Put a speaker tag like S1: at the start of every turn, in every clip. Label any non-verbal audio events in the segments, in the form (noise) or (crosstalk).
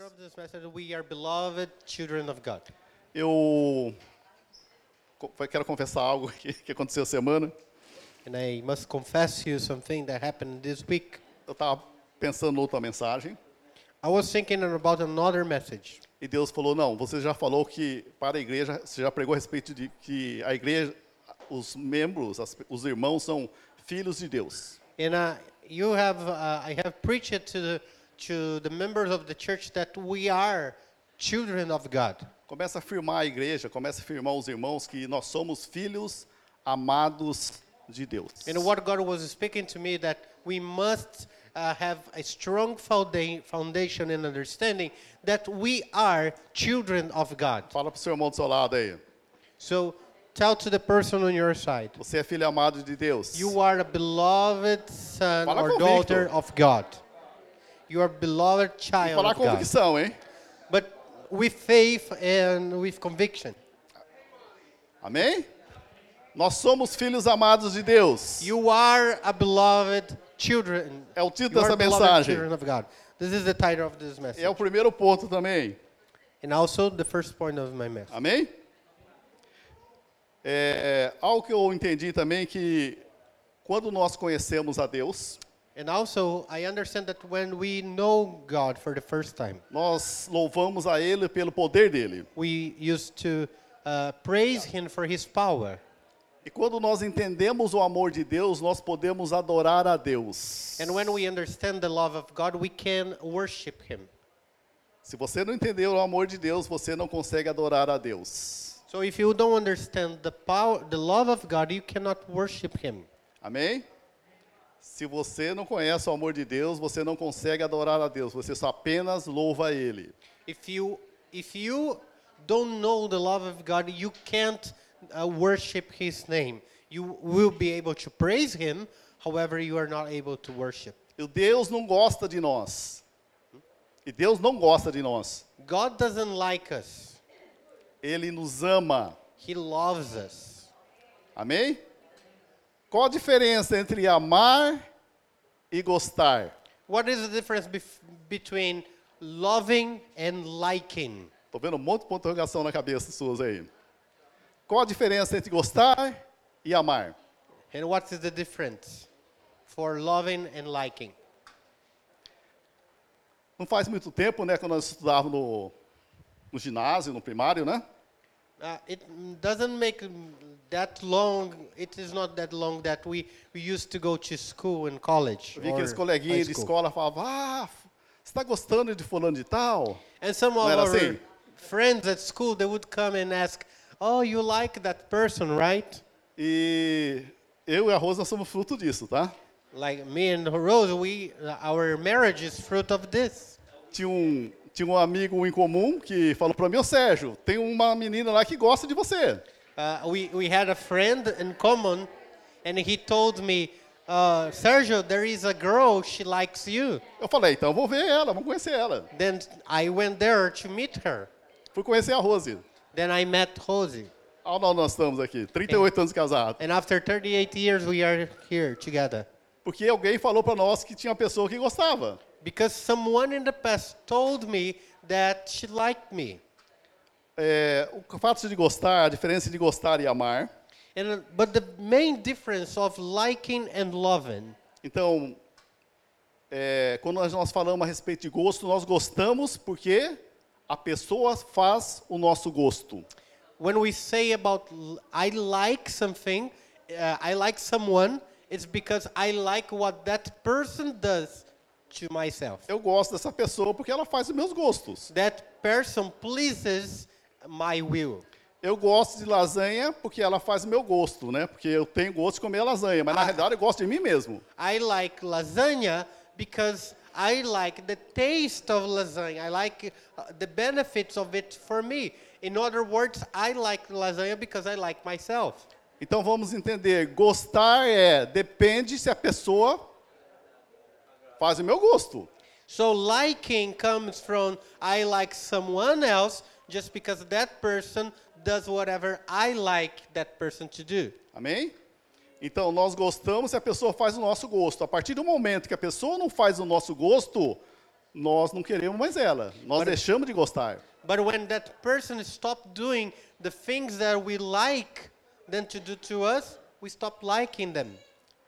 S1: of this message, we are beloved children of God.
S2: Eu co- quero confessar algo (laughs) que, que aconteceu semana.
S1: And I must confess to you something that happened this week.
S2: Eu estava pensando noutra mensagem
S1: I was thinking about another message.
S2: e Deus falou: "Não, você já falou que para a igreja, você já pregou a respeito de que a igreja, os membros, as pe- os irmãos são filhos de Deus.
S1: And uh, you have, uh, I have preached it to the, to the members of the church that we are children of God.
S2: Começa a afirmar a igreja, começa a afirmar os irmãos que nós somos filhos amados de Deus.
S1: And what God was speaking to me that we must uh, have a strong founda- foundation and understanding that we are children of God.
S2: Fala para o seu irmão do seu lado aí.
S1: So tell to the person on your side,
S2: Você é filho amado de Deus.
S1: you are a beloved son
S2: Fala
S1: or
S2: convicto.
S1: daughter of God. You are a beloved child
S2: E Falar
S1: of
S2: com
S1: God.
S2: convicção, hein?
S1: But with faith and with conviction.
S2: Amém? Nós somos filhos amados de Deus.
S1: You are a beloved children.
S2: É o título
S1: You are
S2: dessa
S1: beloved
S2: mensagem.
S1: children of God. This is the title of this message.
S2: É o primeiro ponto também.
S1: And also the first point of my message.
S2: Amém? É, algo que eu entendi também que quando nós conhecemos a Deus,
S1: And also, I understand that when we know God for the first time,
S2: nós louvamos a Ele pelo poder dele.
S1: we used to uh, praise Him for His power.
S2: E quando nós entendemos o amor de Deus, nós podemos adorar a Deus.
S1: And when we understand the love of God, we can worship Him.
S2: Se você não entendeu o amor de Deus, você não consegue adorar a Deus.
S1: So, if you don't understand the power, the love of God, you cannot worship Him.
S2: Amém? Se você não conhece o amor de Deus, você não consegue adorar a Deus, você só apenas louva a Ele.
S1: If you if you don't know the love of God, you can't uh, worship His name. You will be able to praise Him, however, you are not able to worship.
S2: E Deus não gosta de nós. E Deus não gosta de nós.
S1: God doesn't like us.
S2: Ele nos ama.
S1: He loves us.
S2: Amém? Qual a diferença entre amar e gostar?
S1: What is the difference bef- between loving and liking?
S2: Tô vendo um monte de ponto de interrogação na cabeça suas aí. Qual a diferença entre gostar e amar?
S1: And what is the difference for loving and liking?
S2: Não faz muito tempo, né, quando nós estudávamos no, no ginásio, no primário, né?
S1: Uh, it mm, doesn't make mm, that long, it is not that long that we, we used to go to school and college.
S2: Eu vi
S1: or
S2: aqueles
S1: high
S2: coleguinhas de
S1: school.
S2: escola falavam, ah, você está gostando de fulano de tal?
S1: And some
S2: Não
S1: of
S2: era
S1: our
S2: assim?
S1: friends at school, they would come and ask, Oh, you like that person, right?
S2: E eu e a Rosa nós somos fruto disso, tá?
S1: Like me and Rose, we, uh, our marriage is fruit of this.
S2: Tinha um, tinha um amigo em comum que falou para mim, ô Sérgio, tem uma menina lá que gosta de você.
S1: Uh, we, we had a friend in common, and he told me, uh, Sergio, there is a girl, she likes you.
S2: Eu falei, então vou ver ela, vamos conhecer ela.
S1: Then I went there to meet her.
S2: Fui conhecer a Rose.
S1: Then I met Rosie.
S2: Olha onde nós estamos aqui, 38 anos casados.
S1: And after 38 years, we are here together.
S2: Porque alguém falou para nós que tinha uma pessoa que gostava.
S1: Because someone in the past told me that she liked me.
S2: É, o fato de gostar, a diferença de gostar e amar.
S1: And, uh, but the main difference of liking and loving,
S2: Então, é, quando nós- nós falamos a respeito de gosto, nós gostamos porque a pessoa faz o nosso gosto.
S1: when we say about l- I like something, uh, I like someone, it's because I like what that person does to myself.
S2: Eu gosto dessa pessoa porque ela faz os meus gostos.
S1: That person pleases my will.
S2: Eu gosto de lasanha porque ela faz o meu gosto, né? Porque eu tenho gosto de comer lasanha, mas na realidade eu gosto de mim mesmo.
S1: I like lasagna because I like the taste of lasagna. I like uh, the benefits of it for me. In other words, I like lasagna because I like myself.
S2: Então vamos entender, gostar é depende se a pessoa faz o meu gosto.
S1: So liking comes from I like someone else just because that person does whatever I like that person to do.
S2: Amém? Então, nós gostamos se a pessoa faz o nosso gosto. A partir do momento que a pessoa não faz o nosso gosto, nós não queremos mais ela. Nós deixamos de gostar.
S1: But when that person stopped doing the things that we like them to do to us, we stop liking them.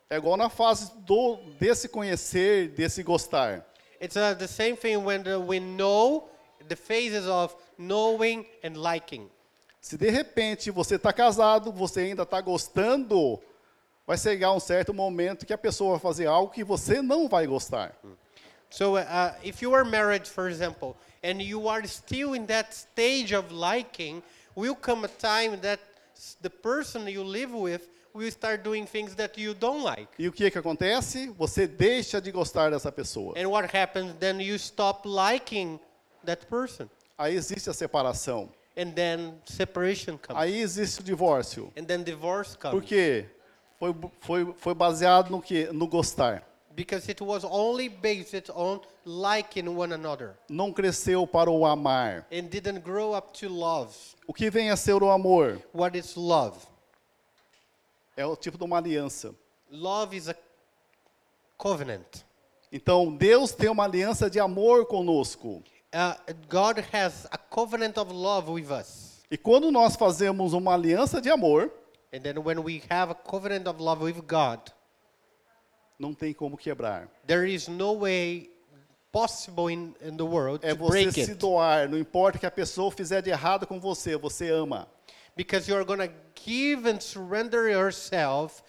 S2: É igual na fase do desse conhecer, desse gostar.
S1: It's uh, the same thing when the, we know the phases of knowing and liking.
S2: Se de repente você está casado, você ainda está gostando, vai chegar um certo momento que a pessoa vai fazer algo que você não vai gostar.
S1: So, uh, if you are married, for example, and you are still in that stage of liking, will come a time that s- the person you live with will start doing things that you don't like.
S2: E o que, que acontece? Você deixa de gostar dessa pessoa.
S1: And what happens then? You stop liking that person,
S2: Aí existe a separação.
S1: and then separation comes,
S2: Aí existe o divórcio.
S1: and then divorce
S2: Por
S1: comes.
S2: quê? Foi, foi, foi baseado no que? No gostar.
S1: Because it was only based on liking one another
S2: Não cresceu para o amar.
S1: and didn't grow up to love.
S2: O que vem a ser o amor?
S1: What is love?
S2: É o tipo de uma aliança.
S1: Love is a covenant.
S2: Então, Deus tem uma aliança de amor conosco.
S1: Uh, God has a covenant of love with us.
S2: E quando nós fazemos uma aliança de amor,
S1: And then when we have a covenant of love with God,
S2: não tem como quebrar.
S1: there is no way possible in, in the world
S2: É
S1: to break
S2: você se
S1: it.
S2: doar, não importa o que a pessoa fizer de errado com você, você ama.
S1: Because you are going to give and surrender yourself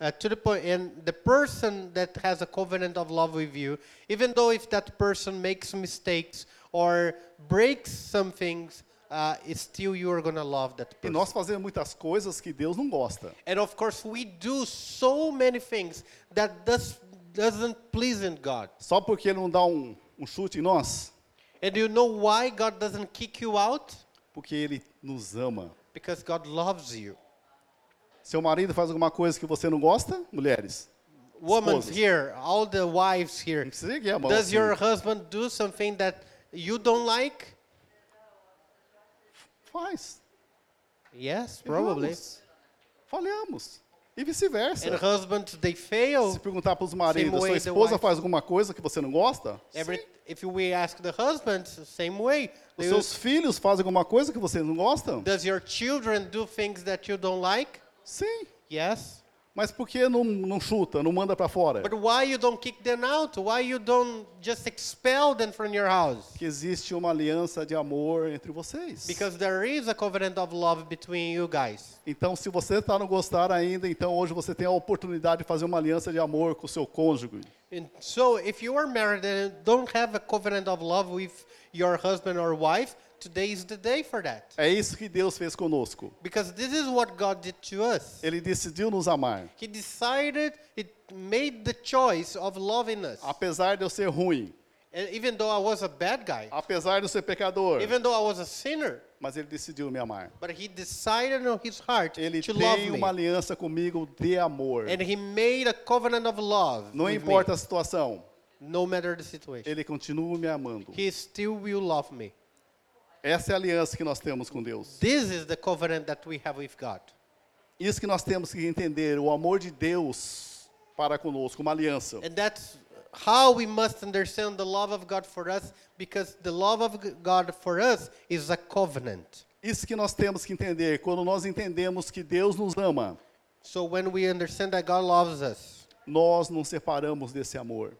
S1: uh, to the point, and the person that has a covenant of love with you, even though if that person makes mistakes or breaks some things, uh, it's still you are going to love that
S2: E
S1: person.
S2: nós fazemos muitas coisas que Deus não gosta.
S1: And of course, we do so many things that does, doesn't please in God.
S2: Só porque Ele não dá um, um chute em nós?
S1: And you know why God doesn't kick you out?
S2: Porque Ele nos ama.
S1: Because God loves you.
S2: Seu marido faz alguma coisa que você não gosta, mulheres?
S1: Women
S2: Esposas.
S1: here, all the wives here,
S2: Não precisa erguer a mão.
S1: does
S2: assim.
S1: your husband do something that you don't like?
S2: Faz.
S1: Yes, probably.
S2: Erramos. Falhamos. E
S1: And
S2: vice-versa.
S1: samentos, they
S2: Se
S1: fail.
S2: perguntar para os maridos,
S1: Same way
S2: sua
S1: the
S2: esposa
S1: wife-
S2: faz alguma coisa que você não gosta?
S1: Every,
S2: Sim.
S1: if we ask the husbands, the same way.
S2: Os
S1: They
S2: seus filhos fazem alguma coisa que você não gosta?
S1: will- does your children do things that you don't like?
S2: Sim.
S1: Yes.
S2: Mas por que não, não chuta, não manda para fora?
S1: But why you don't kick them out? Why you don't just expel them from your house?
S2: Que existe uma aliança de amor entre vocês.
S1: Because there is a covenant of love between you guys.
S2: Então, se você está no gostar ainda, então hoje você tem a oportunidade de fazer uma aliança de amor com o seu cônjuge.
S1: And so if you are married and don't have a covenant of love with your husband or wife, today is the day for that.
S2: É isso que Deus fez conosco.
S1: Because this is what God did to us.
S2: Ele decidiu nos amar.
S1: He decided, it made the choice of loving us.
S2: Apesar de eu ser ruim,
S1: And even though I was a bad guy,
S2: apesar de eu ser pecador,
S1: even though I was a sinner,
S2: mas ele decidiu me amar.
S1: but he decided on his heart
S2: Ele
S1: to love
S2: tem
S1: me.
S2: uma aliança comigo de amor.
S1: And he made a covenant of love.
S2: Não
S1: with me,
S2: importa a situação,
S1: no matter the situation.
S2: ele continua me amando.
S1: He still will love me.
S2: Essa é a aliança que nós temos com Deus.
S1: This is the covenant that we have with God.
S2: Isso que nós temos que entender, o amor de Deus para conosco, uma aliança.
S1: And that's how we must understand the love of God for us because the love of G- God for us is a covenant.
S2: Isso que nós temos que entender, quando nós entendemos que Deus nos ama,
S1: So when we understand that God loves us,
S2: nós não separamos desse amor.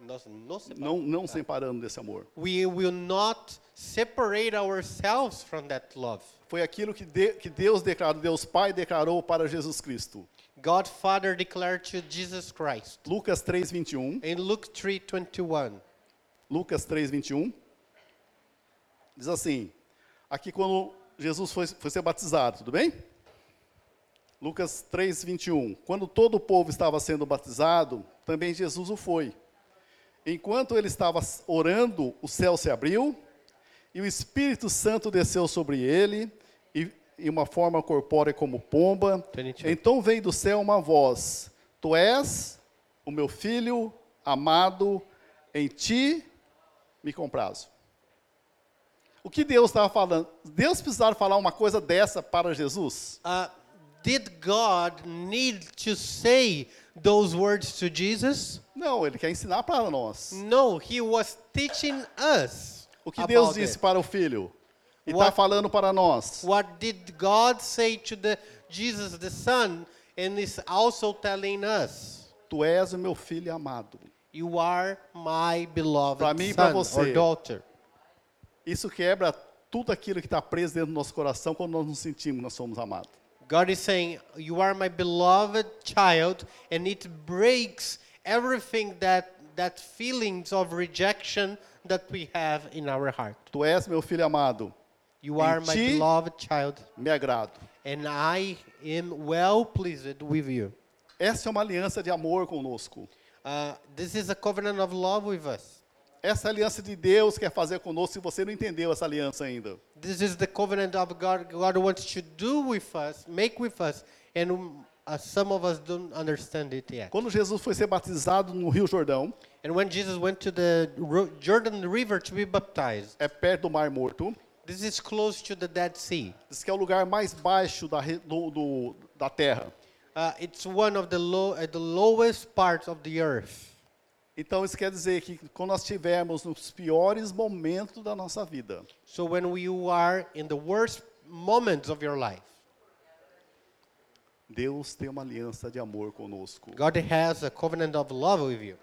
S1: nós não separa-
S2: Não, não separamos desse amor.
S1: we will not separate ourselves from that love.
S2: Foi aquilo que, de, que Deus declarou, Deus Pai declarou para Jesus Cristo.
S1: God Father declared to Jesus Christ
S2: Lucas 3:21.
S1: in Luke 3:21.
S2: Lucas 3:21. Diz assim: Aqui quando Jesus foi, foi ser batizado, tudo bem? Lucas 3:21. Quando todo o povo estava sendo batizado, também Jesus o foi. Enquanto ele estava orando, o céu se abriu e o Espírito Santo desceu sobre ele e, em uma forma corpórea como pomba.
S1: 22.
S2: Então veio do céu uma voz: Tu és o meu filho amado, em ti me comprazo. O que Deus estava falando? Deus precisava falar uma coisa dessa para Jesus?
S1: Uh, Did God need to say those words to Jesus?
S2: Não, ele quer ensinar para nós.
S1: No, he was teaching us.
S2: O que Deus
S1: about it.
S2: disse para o filho e está
S1: What-
S2: falando para nós.
S1: What did God say to the Jesus the Son and is also telling us?
S2: Tu és o meu filho amado.
S1: You are my beloved
S2: Pra mim e pra
S1: son
S2: você.
S1: or daughter.
S2: Isso quebra tudo aquilo que está preso dentro do nosso coração quando nós nos sentimos que nós somos amados.
S1: God is saying, "You are my beloved child," and it breaks everything that that feelings of rejection that we have in our heart.
S2: Tu és meu filho amado,
S1: You are my
S2: ti-
S1: beloved child,
S2: me agrado.
S1: and I am well pleased with you.
S2: Essa é uma aliança de amor conosco.
S1: Uh, this is a covenant of love with us.
S2: Essa é aliança de Deus quer fazer conosco se você não entendeu essa aliança ainda.
S1: This is the covenant of God. God wants to do with us, make with us, and um, uh, some of us don't understand it yet.
S2: Quando Jesus foi ser batizado no Rio Jordão,
S1: And when Jesus went to the Ro- Jordan River to be baptized,
S2: é perto do Mar Morto,
S1: This is close to the Dead Sea.
S2: diz que é o lugar mais baixo da, re- do- do- da terra.
S1: Uh, it's one of the low, uh, the lowest parts of the earth.
S2: Então isso quer dizer que quando nós estivermos nos piores momentos da nossa vida,
S1: So when you are in the worst moments of your life,
S2: Deus tem uma aliança de amor conosco.
S1: God has a covenant of love with you.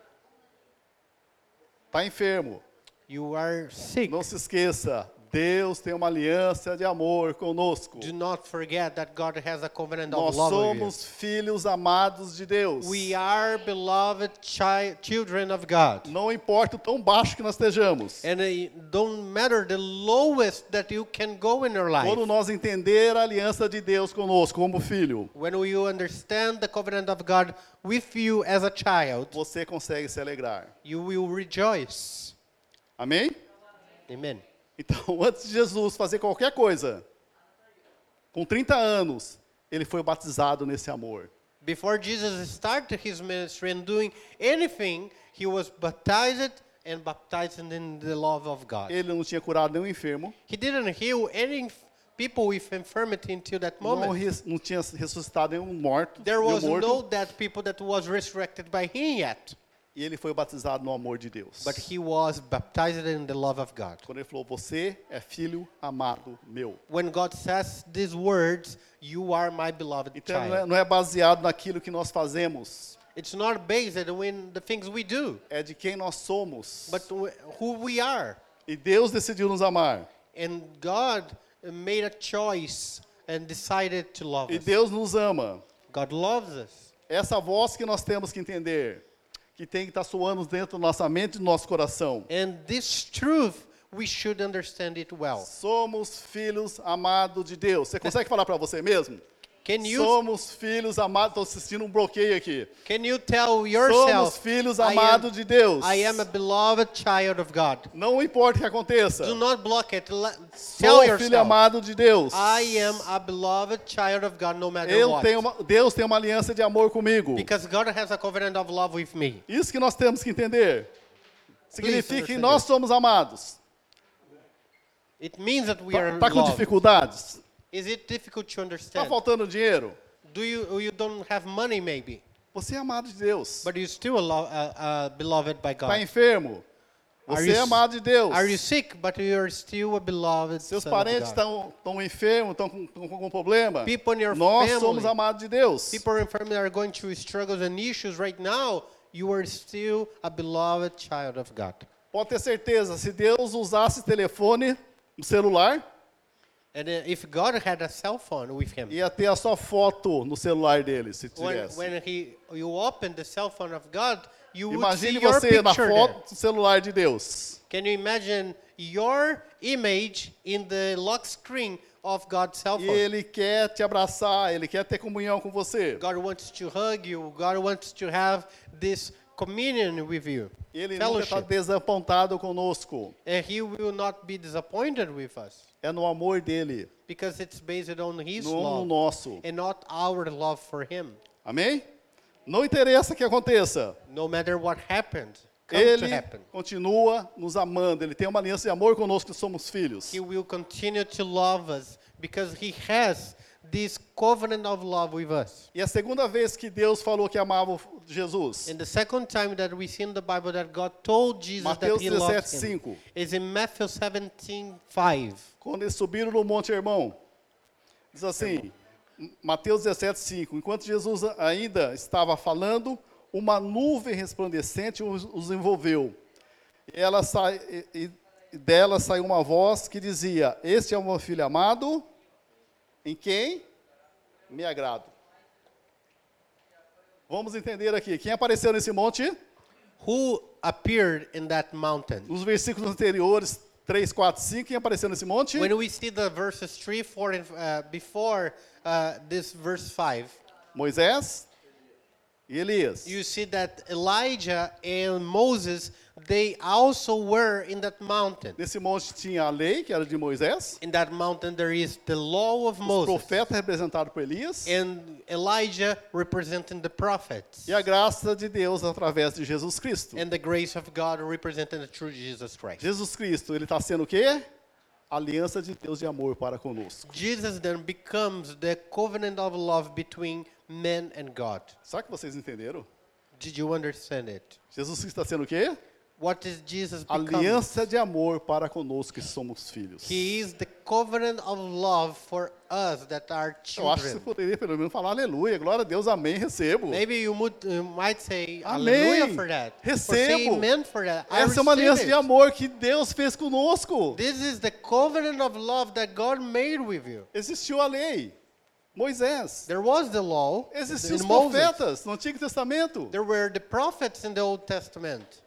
S2: Está Tá enfermo?
S1: You are sick.
S2: Não se esqueça, Deus tem uma aliança de amor conosco.
S1: Do not forget that God has a covenant of
S2: Nós
S1: love
S2: somos filhos amados de Deus.
S1: with you. We are beloved chi- children of God.
S2: Não importa o tão baixo que nós estejamos.
S1: And it don't matter the lowest that you can go in your life.
S2: Quando nós entender a aliança de Deus conosco como filho,
S1: When you understand the covenant of God with you as a child,
S2: você consegue se alegrar.
S1: you will rejoice.
S2: Amém?
S1: Amen.
S2: Então, (laughs) antes de Jesus fazer qualquer coisa, com 30 anos, ele foi batizado nesse amor.
S1: Before Jesus started his ministry and doing anything, he was baptized and baptized in the love of God.
S2: Ele não tinha curado nenhum enfermo,
S1: He didn't heal any inf- people with infirmity until that
S2: não,
S1: moment.
S2: res- não tinha ressuscitado nenhum morto,
S1: There
S2: nenhum
S1: was
S2: morto
S1: no that people that was resurrected by him yet,
S2: e ele foi batizado no amor de Deus.
S1: but he was baptized in the love of God.
S2: Quando ele falou, você é filho amado meu.
S1: When God says these words, "You are my beloved
S2: Então, não é,
S1: child,"
S2: não é baseado naquilo que nós fazemos,
S1: it's not based on the things we do,
S2: é de quem nós somos.
S1: but wh- who we are.
S2: E Deus decidiu nos amar.
S1: And God made a choice and decided to love
S2: E
S1: us.
S2: Deus nos ama.
S1: God loves us.
S2: Essa voz que nós temos que entender, que tem que estar soando dentro da nossa mente e do nosso coração.
S1: And this truth, we should understand it well.
S2: Somos filhos amados de Deus. Você consegue falar para você mesmo?
S1: Can you,
S2: Somos filhos amados. Estou assistindo um bloqueio aqui.
S1: can you tell
S2: Somos
S1: yourself,
S2: filhos
S1: I am-
S2: amados de Deus.
S1: I am a beloved child of God?
S2: Não importa o que aconteça.
S1: Do not block it. Let-
S2: Sou
S1: Tell
S2: filho
S1: yourself,
S2: amado de Deus.
S1: I am a beloved child of God no matter
S2: Eu
S1: what.
S2: tenho uma- Deus tem uma aliança de amor comigo.
S1: Because God has a covenant of love with me.
S2: Isso que nós temos que entender. Significa que
S1: understand
S2: nós
S1: this.
S2: somos amados.
S1: It means that we are
S2: Está com
S1: loved.
S2: dificuldades?
S1: Is it difficult to
S2: Está
S1: understand?
S2: faltando dinheiro?
S1: Do you, you don't have money maybe?
S2: Você é amado de Deus.
S1: But you're still a lo- uh, uh, beloved by
S2: Está
S1: God.
S2: enfermo?
S1: Are
S2: Você
S1: you
S2: é
S1: s-
S2: amado de Deus.
S1: Are you sick, but you are still a beloved
S2: Seus
S1: son of God.
S2: parentes estão tão enfermos, estão com, com algum problema.
S1: People in your
S2: Nós
S1: family.
S2: somos amados de Deus.
S1: People are infirm that are going through struggles and issues right now. You are still a beloved child of God.
S2: Pode ter certeza, se Deus usasse telefone, um celular,
S1: And uh, if God had a cell phone with him,
S2: ia ter a sua foto no celular dele, se
S1: when,
S2: tivesse.
S1: when he you open the cell phone of God, you would see
S2: Imagine
S1: your
S2: você
S1: picture
S2: na
S1: there.
S2: foto do celular de Deus.
S1: Can you imagine your image in the lock screen of God's cell
S2: E
S1: phone?
S2: ele quer te abraçar, ele quer ter comunhão com você.
S1: God wants to hug you. God wants to have this communion with you,
S2: Ele nunca está
S1: fellowship.
S2: desapontado conosco.
S1: And He will not be disappointed with us
S2: É no amor dele,
S1: because it's based on His
S2: não no
S1: love
S2: nosso.
S1: and not our love for Him.
S2: Amém? Não interessa o que aconteça.
S1: No matter what happened, come
S2: Ele
S1: to happen,
S2: continua nos amando. Ele tem uma aliança de amor conosco que somos filhos.
S1: He will continue to love us because He has this covenant of love with us.
S2: E é a segunda vez que Deus falou que amava o- Jesus,
S1: And the second time that we see in the Bible that God told Jesus
S2: Mateus
S1: that he loves
S2: 17,
S1: him
S2: cinco.
S1: is in Matthew 17, 5.
S2: quando eles subiram no monte, irmão, diz assim, Mateus 17, 5, enquanto Jesus ainda estava falando, uma nuvem resplandecente os, os envolveu. E ela sa- e- e- e dela saiu uma voz que dizia, este é o meu filho amado, em quem me agrado. Vamos entender aqui, quem apareceu nesse monte?
S1: Who appeared in that mountain?
S2: Nos versículos anteriores, 3, 4, 5, quem apareceu nesse monte?
S1: When we see the verses 3, 4, and uh, before uh, this verse 5,
S2: Moisés e Elias.
S1: you see that Elijah and Moses, they also were in that mountain.
S2: Nesse monte tinha a lei, que era de Moisés,
S1: In that mountain, there is the law of
S2: o
S1: Moses
S2: profeta representado por Elias,
S1: and Elijah representing the prophets
S2: e a graça de Deus através de Jesus Cristo.
S1: and the grace of God representing the true Jesus Christ.
S2: Jesus Cristo, ele está sendo o quê? A aliança de Deus de amor para conosco.
S1: Jesus then becomes the covenant of love between man and God.
S2: Será que vocês entenderam?
S1: Did you understand it?
S2: Jesus Cristo está sendo o quê?
S1: What is Jesus becoming?
S2: Aliança de amor para conosco que somos filhos.
S1: He is the covenant of love for us that are
S2: Eu acho que você
S1: children.
S2: poderia pelo menos falar aleluia, glória a Deus, amém, recebo.
S1: Maybe you, would, you might say
S2: Amém.
S1: hallelujah for that. Or say
S2: Recebo.
S1: amen for that. I
S2: Essa é uma
S1: receive
S2: aliança
S1: it.
S2: de amor que Deus fez conosco.
S1: This is the covenant of love that God made with you.
S2: Existiu a lei, Moisés.
S1: There was the law
S2: Existiam os
S1: in Moses.
S2: profetas no Antigo Testamento.
S1: There were the prophets in the Old Testament.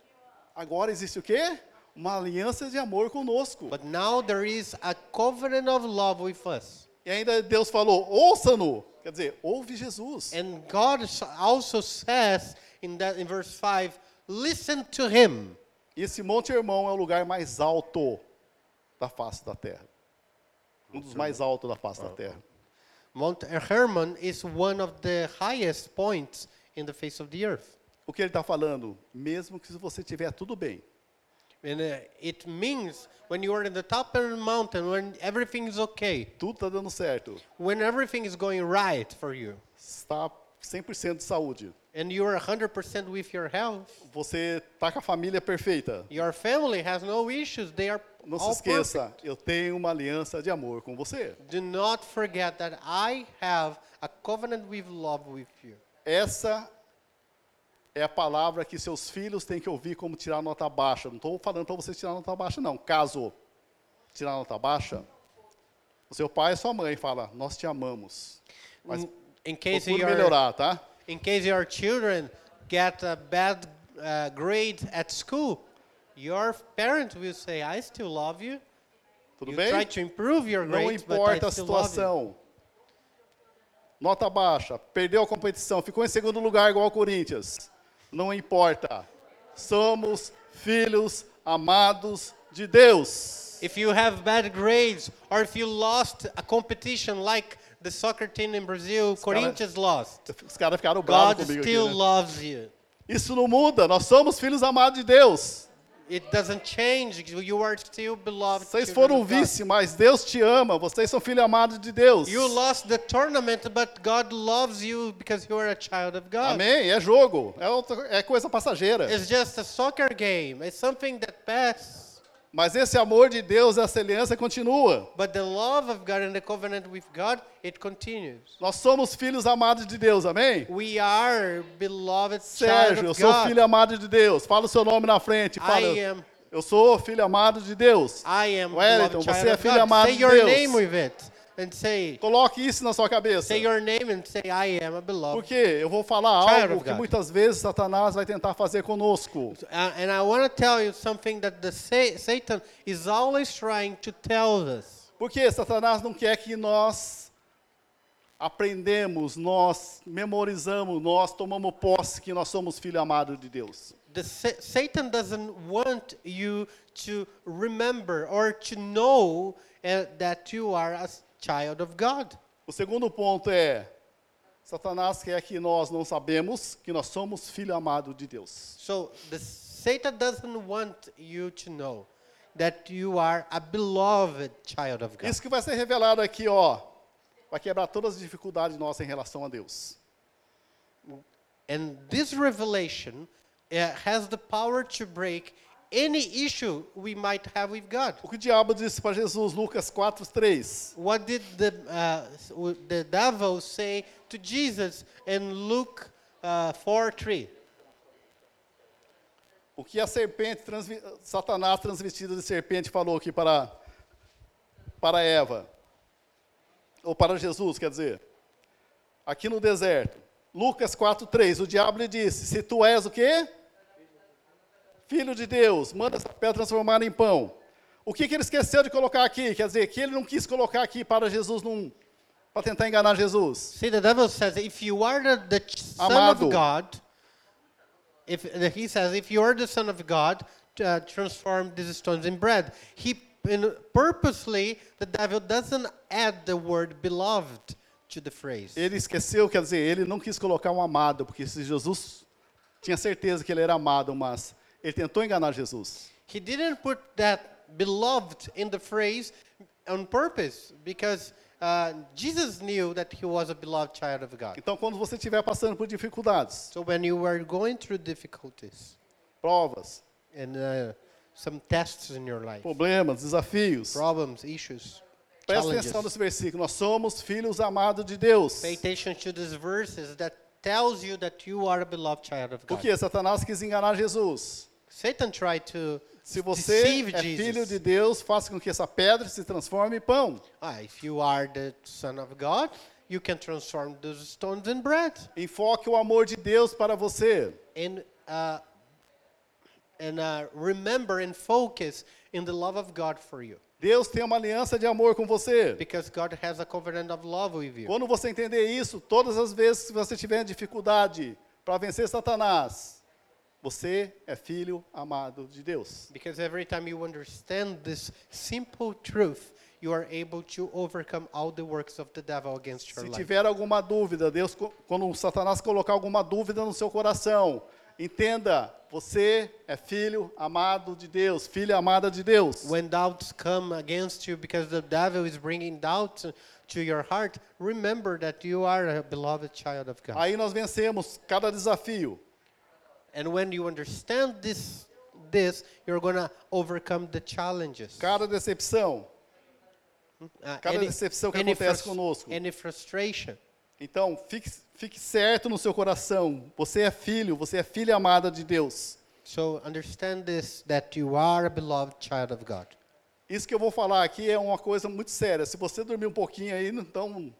S2: Agora existe o quê? Uma aliança de amor conosco.
S1: But now there is a covenant of love with us.
S2: E ainda Deus falou, ouça-no. Quer dizer, ouve Jesus.
S1: And God s- also says in that in verse 5, listen to him.
S2: E esse monte, irmão, é o lugar mais alto da face da terra. Um dos mais altos da face da terra.
S1: Mount Hermon is one of the highest points in the face of the earth.
S2: O que ele está falando? Mesmo que se você tiver tudo bem,
S1: And uh, it means when you are in the top of the mountain, when everything is okay,
S2: tudo está dando certo,
S1: when everything is going right for you,
S2: está 100% de saúde,
S1: and you are 100% with your health,
S2: você está com a família perfeita,
S1: your family has no issues, they are
S2: não se
S1: all perfect.
S2: esqueça, eu tenho uma aliança de amor com você.
S1: Do not forget that I have a covenant with love with you.
S2: Essa é a palavra que seus filhos têm que ouvir como tirar nota baixa. Não estou falando para você tirar nota baixa, não. Caso tirar nota baixa, o seu pai e sua mãe falam, nós te amamos. Mas
S1: In- in case
S2: procure
S1: you are
S2: melhorar, tá?
S1: In case your children get a bad uh, grade at school, your parents will say, "I still love you.
S2: Tudo
S1: you
S2: bem?
S1: try to improve your
S2: Não
S1: grades, but
S2: importa
S1: I
S2: a
S1: still love you."
S2: situação. Nota baixa, perdeu a competição, ficou em segundo lugar igual ao Corinthians. Não importa. Somos filhos amados de Deus.
S1: If you have bad grades or if you lost a competition like the soccer team in Brazil, Corinthians lost,
S2: Os caras ficaram
S1: God
S2: bravos comigo aqui,
S1: still
S2: né?
S1: loves you.
S2: Isso não muda, nós somos filhos amados de Deus.
S1: It doesn't change. You are still beloved.
S2: Vocês
S1: children
S2: foram
S1: of God.
S2: vice, mas Deus te ama, vocês são filhos amados de Deus.
S1: You lost the tournament, but God loves you because you are a child of God.
S2: Amém? É jogo, é, outra- é coisa passageira.
S1: It's just a soccer game. It's something that passes.
S2: Mas esse amor de Deus, essa aliança continua.
S1: But the love of God and the covenant with God, it continues.
S2: Nós somos filhos amados de Deus, amém?
S1: We are beloved
S2: Sérgio,
S1: child
S2: eu
S1: of
S2: sou
S1: God.
S2: filho amado de Deus. Fala o seu nome na frente.
S1: I
S2: Fala,
S1: am,
S2: eu sou filho amado de Deus.
S1: I am
S2: Wellington,
S1: beloved child
S2: você é
S1: of
S2: filho
S1: God.
S2: amado
S1: say
S2: de
S1: your
S2: Deus.
S1: name with it and say,
S2: Coloque isso na sua cabeça.
S1: say your name and say, I am a beloved.
S2: Porque eu vou falar
S1: Child
S2: algo
S1: of
S2: que
S1: God.
S2: muitas vezes Satanás vai tentar fazer conosco.
S1: Uh, and I want to tell you something that the sa- Satan is always trying to tell us.
S2: Porque Satanás não quer que nós aprendemos, nós memorizamos, nós tomamos posse que nós somos filho amado de Deus.
S1: The sa- Satan doesn't want you to remember or to know uh, that you are a s- child of God.
S2: O segundo ponto é Satanás quer que nós não sabemos que nós somos filho amado de Deus.
S1: So the Satan doesn't want you to know that you are a beloved child of God.
S2: Isso que vai ser revelado aqui, ó. vai quebrar todas as dificuldades nossas em relação a Deus.
S1: And this revelation uh, has the power to break any issue we might have with God.
S2: O que o diabo disse para Jesus, Lucas 4, 3?
S1: What did the, uh, s- w- the devil say to Jesus in Luke uh, 4 3?
S2: O que a serpente, transvi- Satanás transvestido de serpente falou aqui para, para Eva? Ou para Jesus, quer dizer? Aqui no deserto. Lucas 4,3, o diabo lhe disse, se tu és o quê? Filho de Deus, manda essa pedra transformar em pão. O que, que ele esqueceu de colocar aqui? Quer dizer, que ele não quis colocar aqui para Jesus, não- para tentar enganar Jesus.
S1: See, the devil says, if you are the, the ch- son
S2: Amado.
S1: of God, if uh, he says, if you are the son of God, uh, transform these stones in bread. He in, purposely, the devil doesn't add the word beloved to the phrase.
S2: Ele esqueceu, quer dizer, ele não quis colocar um amado, porque se Jesus tinha certeza que ele era amado, mas ele tentou enganar Jesus.
S1: He didn't put that beloved in the phrase on purpose because uh, Jesus knew that he was a beloved child of God.
S2: Então, quando você estiver passando por dificuldades,
S1: So when you are going through difficulties
S2: provas,
S1: and uh, some tests in your life,
S2: problemas, desafios,
S1: problems, issues,
S2: preste atenção
S1: challenges,
S2: nesse versículo. Nós somos filhos amados de Deus.
S1: pay attention to these verses that tells you that you are a beloved child of God.
S2: Porque Satanás quis enganar Jesus.
S1: Satan tried to
S2: Se você
S1: deceive
S2: é filho
S1: Jesus.
S2: de Deus, faça com que essa pedra se transforme em pão.
S1: Ah, if you are the son of God, you can transform those stones in bread.
S2: Enfoque o amor de Deus para você.
S1: and uh, and uh, remember and focus in the love of God for you,
S2: Deus tem uma aliança de amor com você.
S1: because God has a covenant of love with you.
S2: Quando você entender isso, todas as vezes que você tiver dificuldade para vencer Satanás, você é filho amado de Deus.
S1: Because every time you understand this simple truth, you are able to overcome all the works of the devil against your
S2: Se
S1: life.
S2: tiver alguma dúvida, Deus, co- quando Satanás colocar alguma dúvida no seu coração, entenda, você é filho amado de Deus, filha amada de Deus.
S1: When doubts come against you, because the devil is bringing doubts to your heart, remember that you are a beloved child of God.
S2: Aí nós vencemos cada desafio.
S1: And when you understand this, this you're gonna overcome the challenges.
S2: Cada decepção.
S1: Ah,
S2: Cada decepção que
S1: any frus-
S2: acontece conosco.
S1: Any frustration.
S2: Então, fique, fique certo no seu coração. Você é filho, você é filha amada de Deus.
S1: So understand this that you are a beloved child of God.
S2: Isso que eu vou falar aqui é uma coisa muito séria. Se você dormir um pouquinho aí, então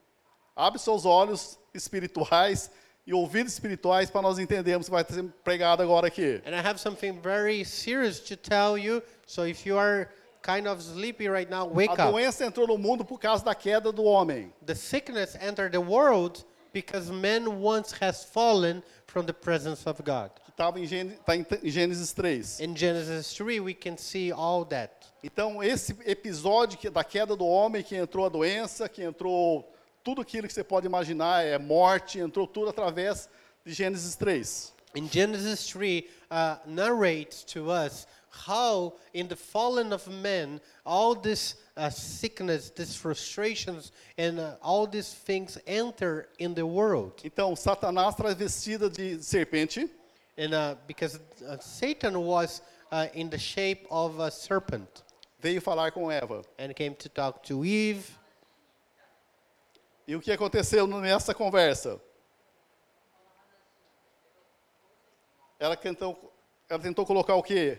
S2: abre seus olhos espirituais e ouvidos espirituais para nós entendermos o que vai ser pregado agora aqui.
S1: And I have something very serious to tell you. So if you are kind of sleepy right now, wake
S2: A
S1: up.
S2: doença entrou no mundo por causa da queda do homem.
S1: The sickness entered the world because man once has fallen from the presence of God.
S2: que Estava em, Gêne- tá em T- em Gênesis 3.
S1: In Genesis 3, we can see all that.
S2: Então, esse episódio que- da queda do homem, que entrou a doença, que entrou tudo aquilo que você pode imaginar, é morte, entrou tudo através de Gênesis 3.
S1: In Genesis 3 uh, narrates to us how, in the fallen of men, all this uh, sickness, these frustrations, and uh, all these things enter in the world.
S2: Então, Satanás travestida de serpente,
S1: And uh, because uh, Satan was uh, in the shape of a serpent
S2: veio falar com Eva.
S1: and came to talk to Eve.
S2: E o que aconteceu nessa conversa? Ela tentou, ela tentou colocar o quê?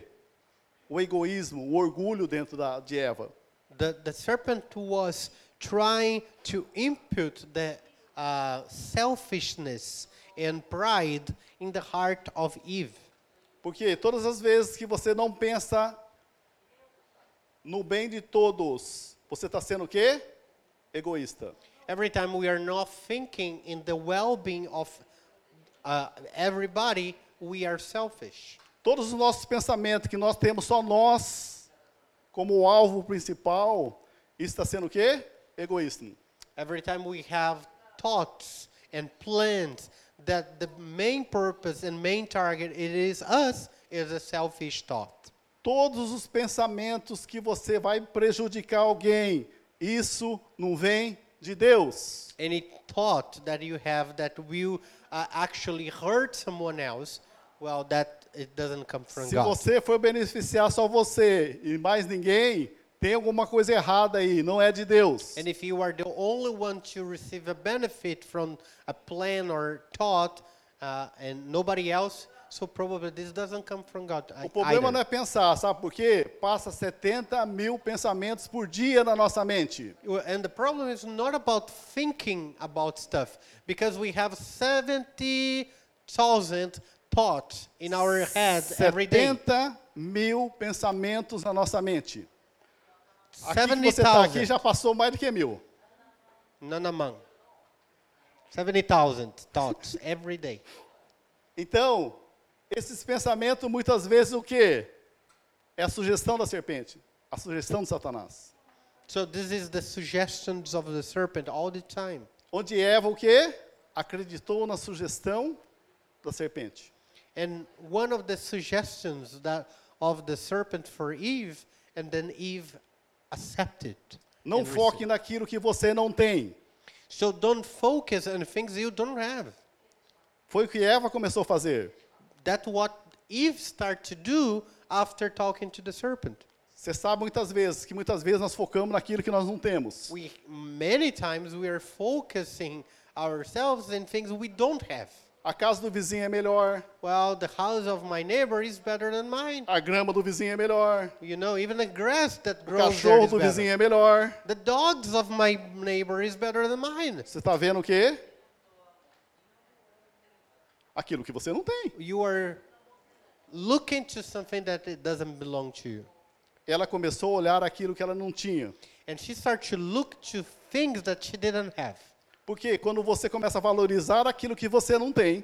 S2: O egoísmo, o orgulho dentro da, de Eva.
S1: The, the serpent was trying to impute the uh, selfishness and pride in the heart of Eve.
S2: Porque todas as vezes que você não pensa no bem de todos, você está sendo o quê? Egoísta.
S1: Every time we are not thinking in the well-being of uh, everybody, we are selfish.
S2: Todos os nossos pensamentos que nós temos só nós como alvo principal, isso está sendo o quê? Egoísmo.
S1: Every time we have thoughts and plans that the main purpose and main target it is us is a selfish thought.
S2: Todos os pensamentos que você vai prejudicar alguém, isso não vem de Deus.
S1: and it thought that you have that will uh, actually hurt someone else, well, that it doesn't come from
S2: Se
S1: God.
S2: você for beneficiar só você e mais ninguém, tem alguma coisa errada aí, não é de Deus.
S1: And if you are the only one to receive a benefit from a plan or thought, uh, and nobody else, so probably this doesn't come from God.
S2: O problema
S1: either.
S2: não é pensar, sabe por quê? Passa 70 mil pensamentos por dia na nossa mente.
S1: Well, And the problem is not about thinking about stuff because we have 70,000 thoughts in our head every day.
S2: 70 mil pensamentos na nossa mente. Aqui que você está aqui
S1: 70,000.
S2: já passou mais do que mil.
S1: None among. 70,000 thoughts (laughs) every day.
S2: Então, esses pensamentos muitas vezes o quê? É a sugestão da serpente, a sugestão de Satanás.
S1: So this is the suggestions of the serpent all the time.
S2: Onde Eva o quê? Acreditou na sugestão da serpente.
S1: And one of the suggestions that of the serpent for Eve and then Eve accepted.
S2: Não
S1: and
S2: foque naquilo que você não
S1: received.
S2: tem.
S1: So don't focus on things you don't have.
S2: Foi o que Eva começou a fazer.
S1: That's what Eve started to do after talking to the serpent.
S2: Você sabe muitas vezes que muitas vezes nós focamos naquilo que nós não temos.
S1: We many times we are focusing ourselves in things we don't have.
S2: A casa do vizinho é melhor,
S1: Well, the house of my neighbor is better than mine.
S2: a grama do vizinho é melhor,
S1: You know, even the grass that
S2: o
S1: grows there
S2: cachorro
S1: is
S2: do
S1: better.
S2: vizinho é melhor.
S1: The dogs of my neighbor is better than mine.
S2: Você está vendo o quê? Aquilo que você não tem.
S1: You are looking to something that it doesn't belong to you.
S2: Ela começou a olhar aquilo que ela não tinha.
S1: And she started to look to things that she didn't have.
S2: Porque quando você começa a valorizar aquilo que você não tem,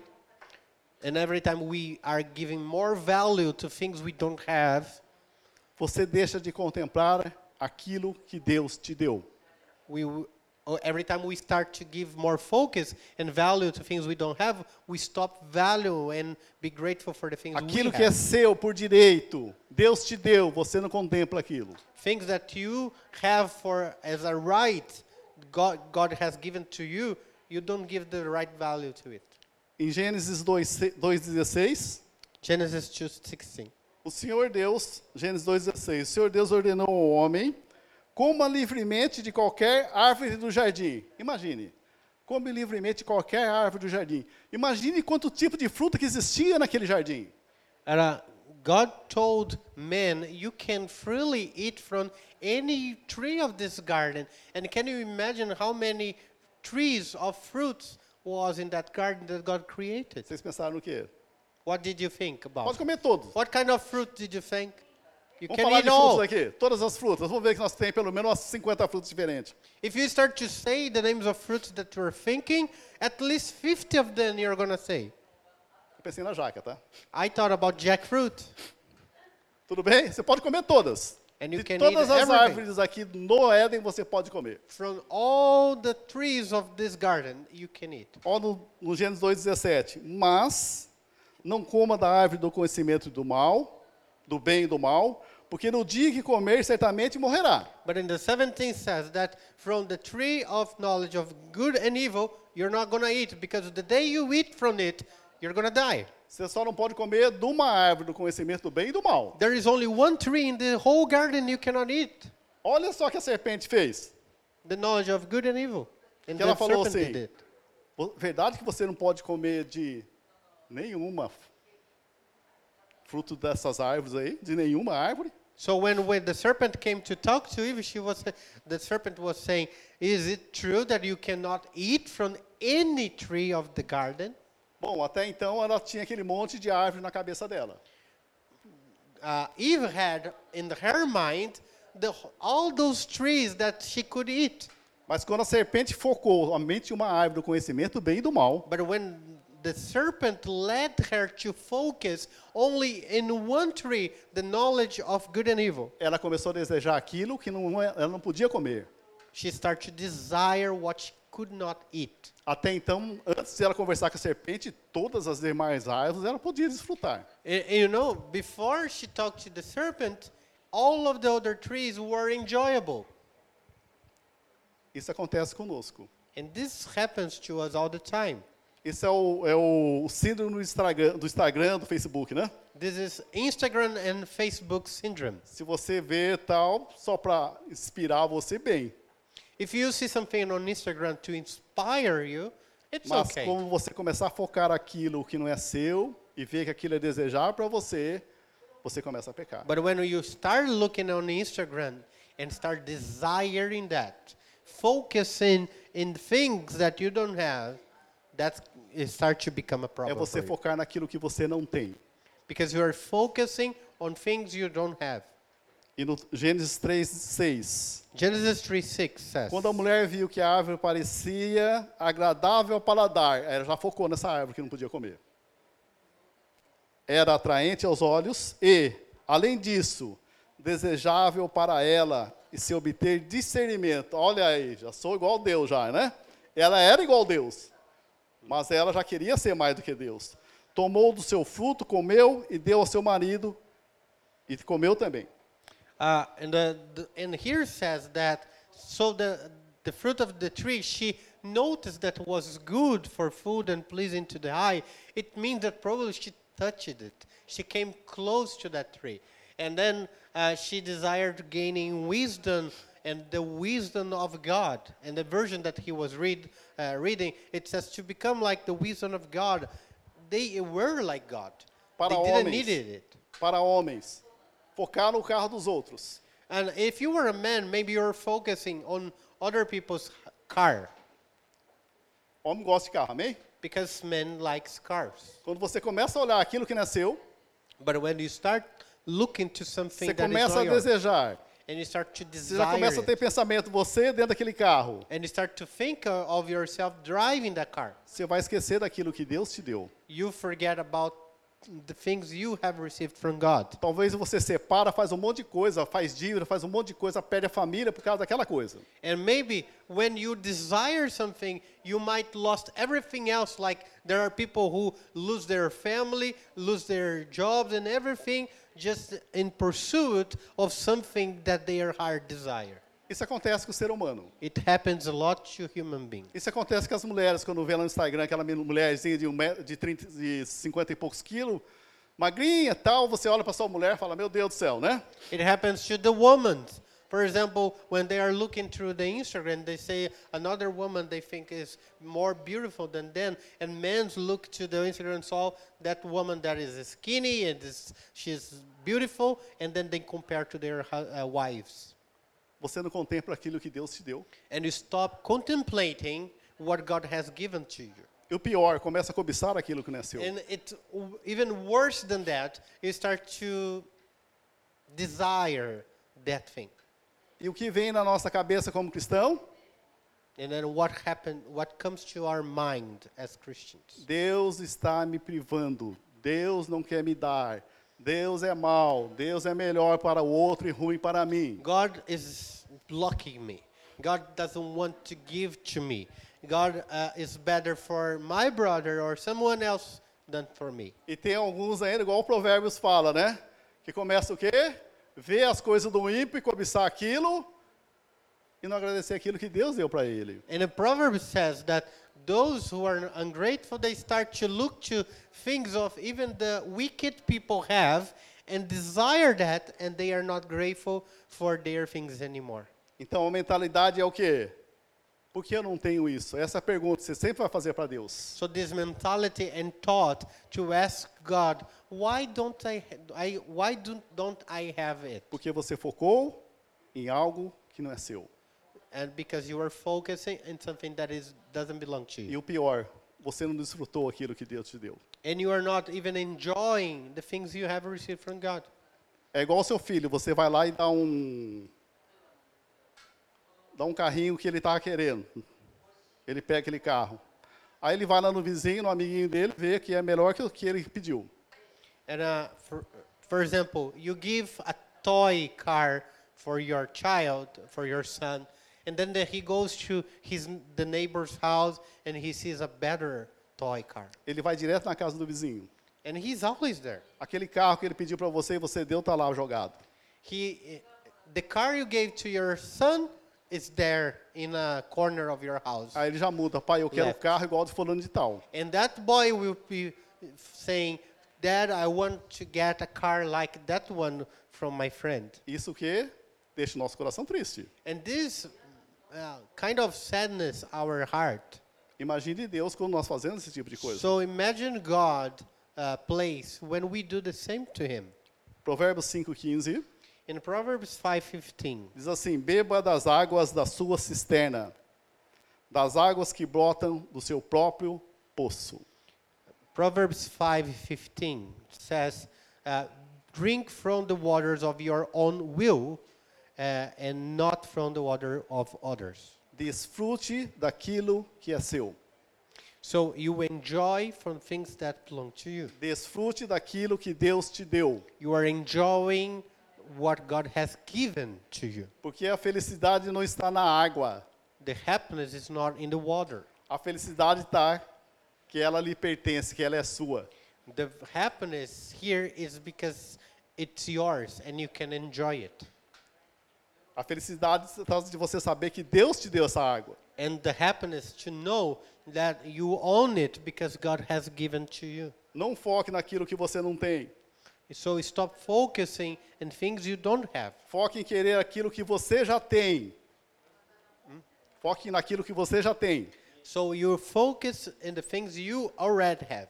S1: And every time we are giving more value to things we don't have,
S2: você deixa de contemplar aquilo que Deus te deu.
S1: we w- or every time we start to give more focus and value to things we don't have, we stop value and be grateful for the things we
S2: Aquilo que é
S1: have.
S2: seu por direito, Deus te deu, você não contempla aquilo.
S1: Things that you have for as a right God, God has given to you, you don't give the right value to it.
S2: Em Gênesis 2, 2,16,
S1: Genesis 2:16.
S2: o Senhor Deus, Gênesis 2,16, o Senhor Deus ordenou ao homem, coma livremente de qualquer árvore do jardim. Imagine, come livremente de qualquer árvore do jardim. Imagine quanto tipo de fruta que existia naquele jardim.
S1: And uh, God told men, you can freely eat from any tree of this garden. And can you imagine how many trees of fruits was in that garden that God created?
S2: Vocês pensaram o quê?
S1: What did you think
S2: Pode
S1: about?
S2: comer todos.
S1: What kind of fruit did you think? You
S2: Vamos
S1: can
S2: falar
S1: eat
S2: de frutas
S1: all.
S2: aqui, todas as frutas. Vamos ver que nós temos pelo menos umas 50 frutas diferentes.
S1: If you start to say the names of fruits that you're thinking, at least 50 of them you're going to say.
S2: Eu pensei na jaca, tá?
S1: I thought about jackfruit.
S2: Tudo bem? Você pode comer todas.
S1: And you
S2: De
S1: can
S2: todas
S1: eat
S2: as
S1: everything.
S2: árvores aqui no Éden você pode comer.
S1: From all the trees of this garden, you can eat.
S2: Ó, no, no Gênesis 2,17. Mas não coma da árvore do conhecimento do mal, do bem e do mal, porque no dia que comer, certamente morrerá.
S1: But in the 17th says that from the tree of knowledge of good and evil, you're not going to eat because the day you eat from it, you're going to die.
S2: Você só não pode comer de uma árvore do conhecimento do bem e do mal.
S1: There is only one tree in the whole garden you cannot eat.
S2: Olha só o que a serpente fez.
S1: The knowledge of good and evil. And
S2: Que ela
S1: the
S2: falou
S1: serpent
S2: assim,
S1: did it.
S2: Vo- Verdade que você não pode comer de nenhuma f- fruto dessas árvores aí, de nenhuma árvore.
S1: So when, when the serpent came to talk to Eve, she was the serpent was saying, "Is it true that you cannot eat from any tree of the garden?"
S2: Bom, até então ela tinha aquele monte de árvore na cabeça dela.
S1: Uh, Eve had in her mind the, all those trees that she could eat.
S2: Mas quando a serpente focou somente uma árvore do conhecimento do bem e do mal,
S1: But when the serpent led her to focus only in one tree, the knowledge of good and evil,
S2: ela começou a desejar aquilo que não, é- ela não podia comer.
S1: she started to desire what she could not eat.
S2: Até então, antes de ela conversar com a serpente, todas as demais árvores ela podia desfrutar.
S1: And- and you know, before she talked to the serpent, all of the other trees were enjoyable.
S2: Isso acontece conosco.
S1: And this happens to us all the time.
S2: Esse é o, é o síndrome do Instagram, do Instagram, do Facebook, né?
S1: This is Instagram and Facebook syndrome.
S2: Se você vê tal, só para inspirar você, bem.
S1: If you see something on Instagram to inspire you, it's
S2: Mas
S1: okay.
S2: como você começar a focar aquilo que não é seu e ver que aquilo é desejável para você, você começa a pecar.
S1: But when you start looking on Instagram and start desiring that, focusing in things that you don't have, that it start to become a
S2: É
S1: problem.
S2: você
S1: for you.
S2: focar naquilo que você não tem.
S1: Because you are focusing on things you don't have.
S2: E no Gênesis 3, 6.
S1: Genesis 3 6 says,
S2: Quando a mulher viu que a árvore parecia agradável ao paladar, ela já focou nessa árvore que não podia comer. Era atraente aos olhos e, além disso, desejável para ela e se obter discernimento. Olha aí, já sou igual a Deus já, né? Ela era igual a Deus, mas ela já queria ser mais do que Deus. Tomou do seu fruto, comeu e deu ao seu marido e comeu também.
S1: Uh, and, the, the, and here says that so the the fruit of the tree she noticed that was good for food and pleasing to the eye. It means that probably she touched it. She came close to that tree, and then uh, she desired gaining wisdom and the wisdom of God. And the version that he was read uh, reading it says to become like the wisdom of God. They were like God.
S2: Para
S1: they didn't
S2: homens.
S1: need it.
S2: para homens, focar no carro dos outros.
S1: And if you were a man, maybe you're focusing on other people's car
S2: Homem gosta de carro, amém?
S1: because men likes cars.
S2: Quando você começa a olhar aquilo que não é seu,
S1: But when you start looking to something
S2: você
S1: that is
S2: começa a
S1: not yours,
S2: desejar.
S1: and you start to
S2: Você já
S1: desire
S2: começa a ter
S1: it,
S2: pensamento, você dentro daquele carro.
S1: and you start to think uh, of yourself driving that car,
S2: Você vai esquecer daquilo que Deus te deu.
S1: you forget about the things you have received from God.
S2: Talvez você separa, faz um monte de coisa, faz dívida, faz um monte de coisa, perde a família por causa daquela coisa.
S1: And maybe when you desire something, you might lost everything else. Like there are people who lose their family, lose their jobs and everything just in pursuit of something that their heart desire.
S2: Isso acontece com o ser humano.
S1: It happens a lot to human beings.
S2: Isso acontece com as mulheres, quando vê lá no Instagram aquela men- mulherzinha de, um metro, de, 30, de 50 e poucos quilos, magrinha e tal, você olha para sua mulher e fala, meu Deus do céu, né?
S1: It happens to the women. For example, when they are looking through the Instagram, they say another woman they think is more beautiful than them, and men look to the Instagram and saw that woman that is skinny and is, she's beautiful, and then they compare to their hu- uh, wives,
S2: Você não contempla aquilo que Deus te deu.
S1: and you stop contemplating what God has given to you.
S2: E o pior, começa a cobiçar aquilo que não é seu.
S1: And it w- even worse than that, you start to desire that thing.
S2: E o que vem na nossa cabeça como cristão?
S1: And then what happened what comes to our mind as Christians?
S2: Deus está me privando. Deus não quer me dar. Deus é mau. Deus é melhor para o outro e ruim para mim.
S1: God is blocking me. God doesn't want to give to me. God uh, is better for my brother or someone else than for me.
S2: E tem alguns ainda, igual o Provérbios fala, né? Que começa o quê? Ver as coisas do ímpio e cobiçar aquilo e não agradecer aquilo que Deus deu para ele.
S1: And a proverb says that those who are ungrateful they start to look to things of even the wicked people have and desire that and they are not grateful for their things anymore.
S2: Então a mentalidade é o quê? Por que eu não tenho isso? Essa é a pergunta que você sempre vai fazer para Deus.
S1: So this mentality and thought to ask God, why don't I, I why do, don't I have it?
S2: Porque você focou em algo que não é seu.
S1: And because you are focusing in something that is doesn't belong to
S2: E
S1: you,
S2: o pior, você não desfrutou aquilo que Deus te deu.
S1: and you are not even enjoying the things you have received from God.
S2: É igual seu filho, você vai lá e dá um dá um carrinho que ele estava querendo. Ele pega aquele carro. Aí ele vai lá no vizinho, no amiguinho dele, vê que é melhor que o que ele pediu.
S1: And uh, for, for example, you give a toy car for your child, for your son, and then the, he goes to his the neighbor's house and he sees a better toy car,
S2: Ele vai direto na casa do vizinho.
S1: and he's always there.
S2: Aquele carro que ele pediu para você e você deu tá lá jogado.
S1: He, the car you gave to your son is there in a corner of your house.
S2: Aí ele já muda, pai, eu quero um
S1: Left.
S2: carro igual de fulano de tal.
S1: And that boy will be saying, Dad, I want to get a car like that one from my friend.
S2: Isso que deixa o nosso coração triste.
S1: And this uh, kind of sadness our heart.
S2: Imagine Deus quando nós fazemos esse tipo de coisa.
S1: So imagine God uh, place when we do the same to him.
S2: Provérbios 5,15
S1: In Proverbs 5:15,
S2: diz assim: Beba das águas da sua cisterna, das águas que brotam do seu próprio poço.
S1: Proverbs 5:15 says, uh, "Drink from the waters of your own will, uh, and not from the water of others."
S2: Desfrute daquilo que é seu.
S1: So you enjoy from things that belong to you.
S2: Desfrute daquilo que Deus te deu.
S1: You are enjoying what God has given to you.
S2: Porque a felicidade não está na água.
S1: The happiness is not in the water.
S2: A felicidade está que ela lhe pertence, que ela é sua.
S1: The happiness here is because it's yours and you can enjoy it.
S2: A felicidade se trata de você saber que Deus te deu essa água.
S1: And the happiness to know that you own it because God has given to you.
S2: Não foque naquilo que você não tem.
S1: So stop focusing in things you don't have.
S2: Foque em querer aquilo que você já tem. Hum? Foque naquilo que você já tem.
S1: So you focus in the things you already have.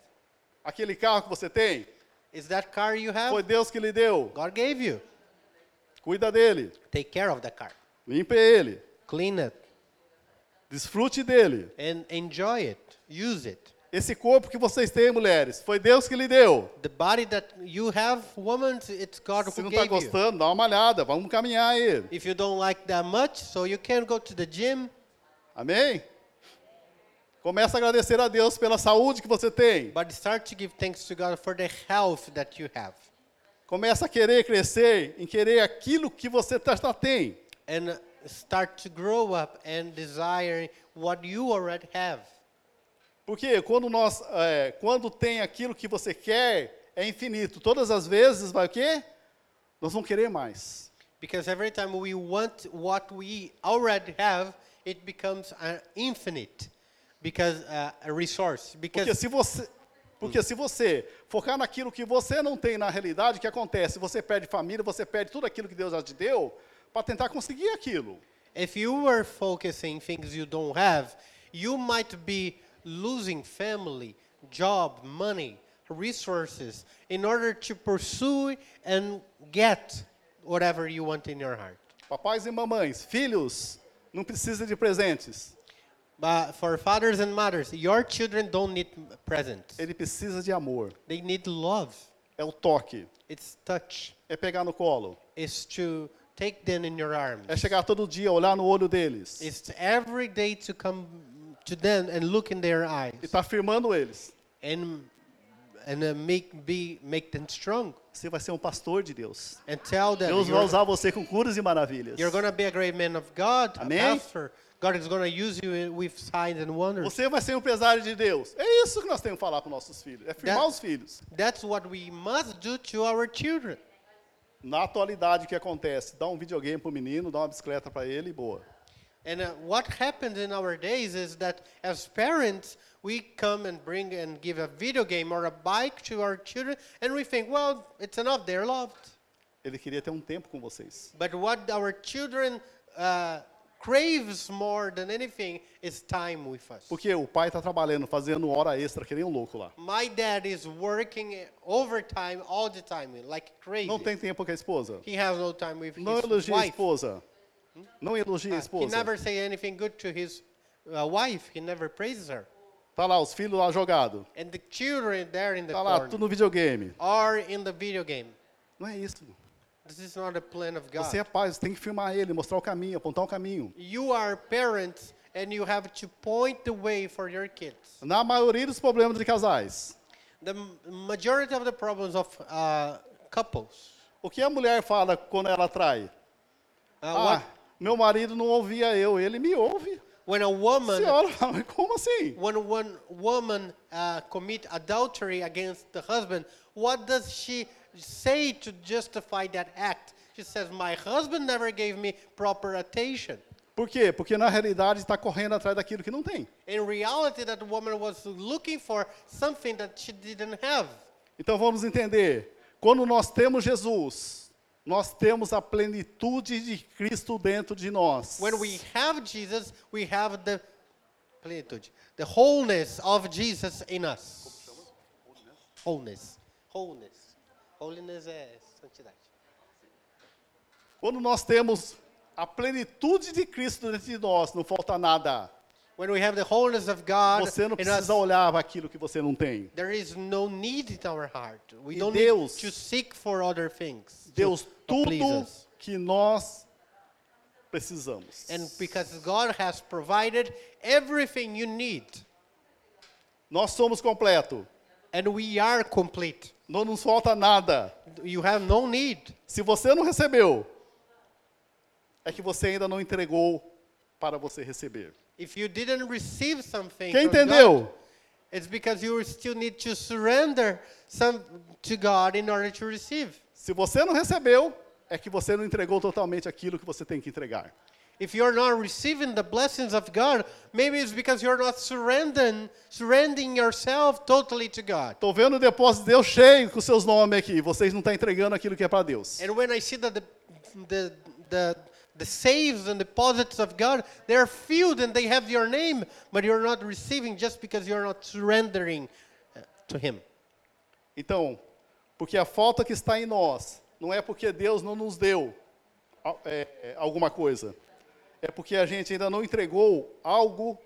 S2: Aquele carro que você tem,
S1: Is that car you
S2: foi
S1: have?
S2: Deus que lhe deu.
S1: God gave you.
S2: Cuida dele,
S1: Take care of the car.
S2: limpe ele,
S1: Clean it
S2: desfrute dele.
S1: and enjoy it. Use it.
S2: Esse corpo que vocês têm, mulheres, foi Deus que lhe deu.
S1: The body that you have, woman, it's God
S2: Se
S1: who
S2: não
S1: gave
S2: está
S1: you.
S2: gostando, dá uma malhada, vamos caminhar aí.
S1: if you don't like that much, so you can go to the gym.
S2: Amém? Começa a agradecer a Deus pela saúde que você tem.
S1: But start to give thanks to God for the health that you have.
S2: Começa a querer crescer em querer aquilo que você tá- já tem.
S1: And start to grow up and desire what you already have.
S2: Porque quando nós, é, quando tem aquilo que você quer, é infinito. Todas as vezes vai o quê? Nós vamos querer mais.
S1: Because every time we want what we already have, it becomes an infinite because uh, a resource.
S2: Porque
S1: Because
S2: se você, porque se você focar naquilo que você não tem na realidade, o que acontece? Você perde família, você perde tudo aquilo que Deus já te deu para tentar conseguir aquilo.
S1: if you were focusing things you don't have, you might be losing family, job, money, resources in order to pursue and get whatever you want in your heart.
S2: Papais e mamães, filhos, não precisa de presentes.
S1: But for fathers and mothers, your children don't need presents.
S2: Ele precisa de amor.
S1: They need love.
S2: É o toque.
S1: It's touch.
S2: É pegar no colo.
S1: It's to take them in your arms.
S2: É chegar todo dia, olhar no olho deles. E
S1: It's to every day to come to them and look in their eyes
S2: estar firmando tá eles.
S1: and and uh, make be make them strong
S2: Você vai ser um pastor de Deus.
S1: and tell them
S2: Deus vai
S1: you're,
S2: usar você com curas É, e maravilhas.
S1: you're gonna be a great man of God,
S2: Amém?
S1: a pastor. God is gonna use you with signs and wonders.
S2: Você vai ser um empresário de Deus. É isso que nós temos que falar para nossos filhos. É firmar
S1: That-
S2: os filhos.
S1: That's what we must do to our children.
S2: Na atualidade, o que acontece? Dá um videogame pro menino, dá uma bicicleta para ele e boa.
S1: And uh, what happens in our days is that as parents, we come and bring and give a video game or a bike to our children, and we think, well, it's enough, they're loved.
S2: Ele queria ter um tempo com vocês.
S1: But what our children uh, craves more than anything is time with us.
S2: Porque o pai está trabalhando, fazendo hora extra, que nem um louco lá.
S1: My dad is working overtime all the time, like crazy.
S2: Não tem tempo com a esposa.
S1: He has no time with
S2: Não
S1: his
S2: elogie a
S1: wife. Hum? Ah,
S2: esposa. Não elogie a
S1: He
S2: esposa.
S1: never say anything good to his uh, wife. He never praises her.
S2: Tá lá, os filhos lá jogado.
S1: And the children there in the
S2: Tá lá,
S1: corner.
S2: tudo no videogame.
S1: are in the video game.
S2: Não é isso.
S1: This is not a plan of God.
S2: Você é pai, você tem que firmar ele, mostrar o caminho, apontar o caminho.
S1: You are parents and you have to point the way for your kids.
S2: Na maioria dos problemas de casais,
S1: The m- majority of the problems of uh, couples.
S2: o que a mulher fala quando ela trai?
S1: Uh,
S2: Ah,
S1: what-
S2: meu marido não ouvia eu, ele me ouve.
S1: when a
S2: A
S1: woman,
S2: senhora fala, mas como assim?
S1: when one woman uh, commit adultery against the husband, what does she say to justify that act? She says, "My husband never gave me proper attention."
S2: Por quê? Porque na realidade está correndo atrás daquilo que não tem.
S1: In reality, that woman was looking for something that she didn't have.
S2: Então vamos entender. Quando nós temos Jesus, nós temos a plenitude de Cristo dentro de nós.
S1: When we have Jesus, we have the plenitude, the wholeness of Jesus in us. Wholeness. Wholeness. Holiness é santidade.
S2: Quando nós temos a plenitude de Cristo dentro de nós, não falta nada.
S1: When we have the wholeness of God
S2: Você não
S1: in us,
S2: precisa olhar para aquilo que você não tem.
S1: there is no need in our heart. We
S2: E
S1: don't
S2: Deus-
S1: need to seek for other things. to-
S2: Deus
S1: to please
S2: tudo
S1: us.
S2: que nós precisamos.
S1: And because God has provided everything you need,
S2: Nós somos completo.
S1: and we are complete.
S2: Não nos falta nada.
S1: You have no need.
S2: Se você não recebeu, é que você ainda não entregou para você receber.
S1: If you didn't receive something,
S2: Quem
S1: from God,
S2: entendeu?
S1: it's because you still need to surrender some to God in order to receive.
S2: Se você não recebeu, é que você não entregou totalmente aquilo que você tem que entregar.
S1: If you're not receiving the blessings of God, maybe it's because you're not surrendering, surrendering yourself totally to God.
S2: Estou vendo o depósito de Deus cheio com seus nomes aqui. Vocês não estão entregando aquilo que é para Deus.
S1: And when I see that the the the the saves and deposits of God, they are filled and they have your name, but you're not receiving just because you're not surrendering uh, to Him.
S2: Então, porque a falta que está em nós não é porque Deus não nos deu a- é, é, alguma coisa. É porque a gente ainda não entregou algo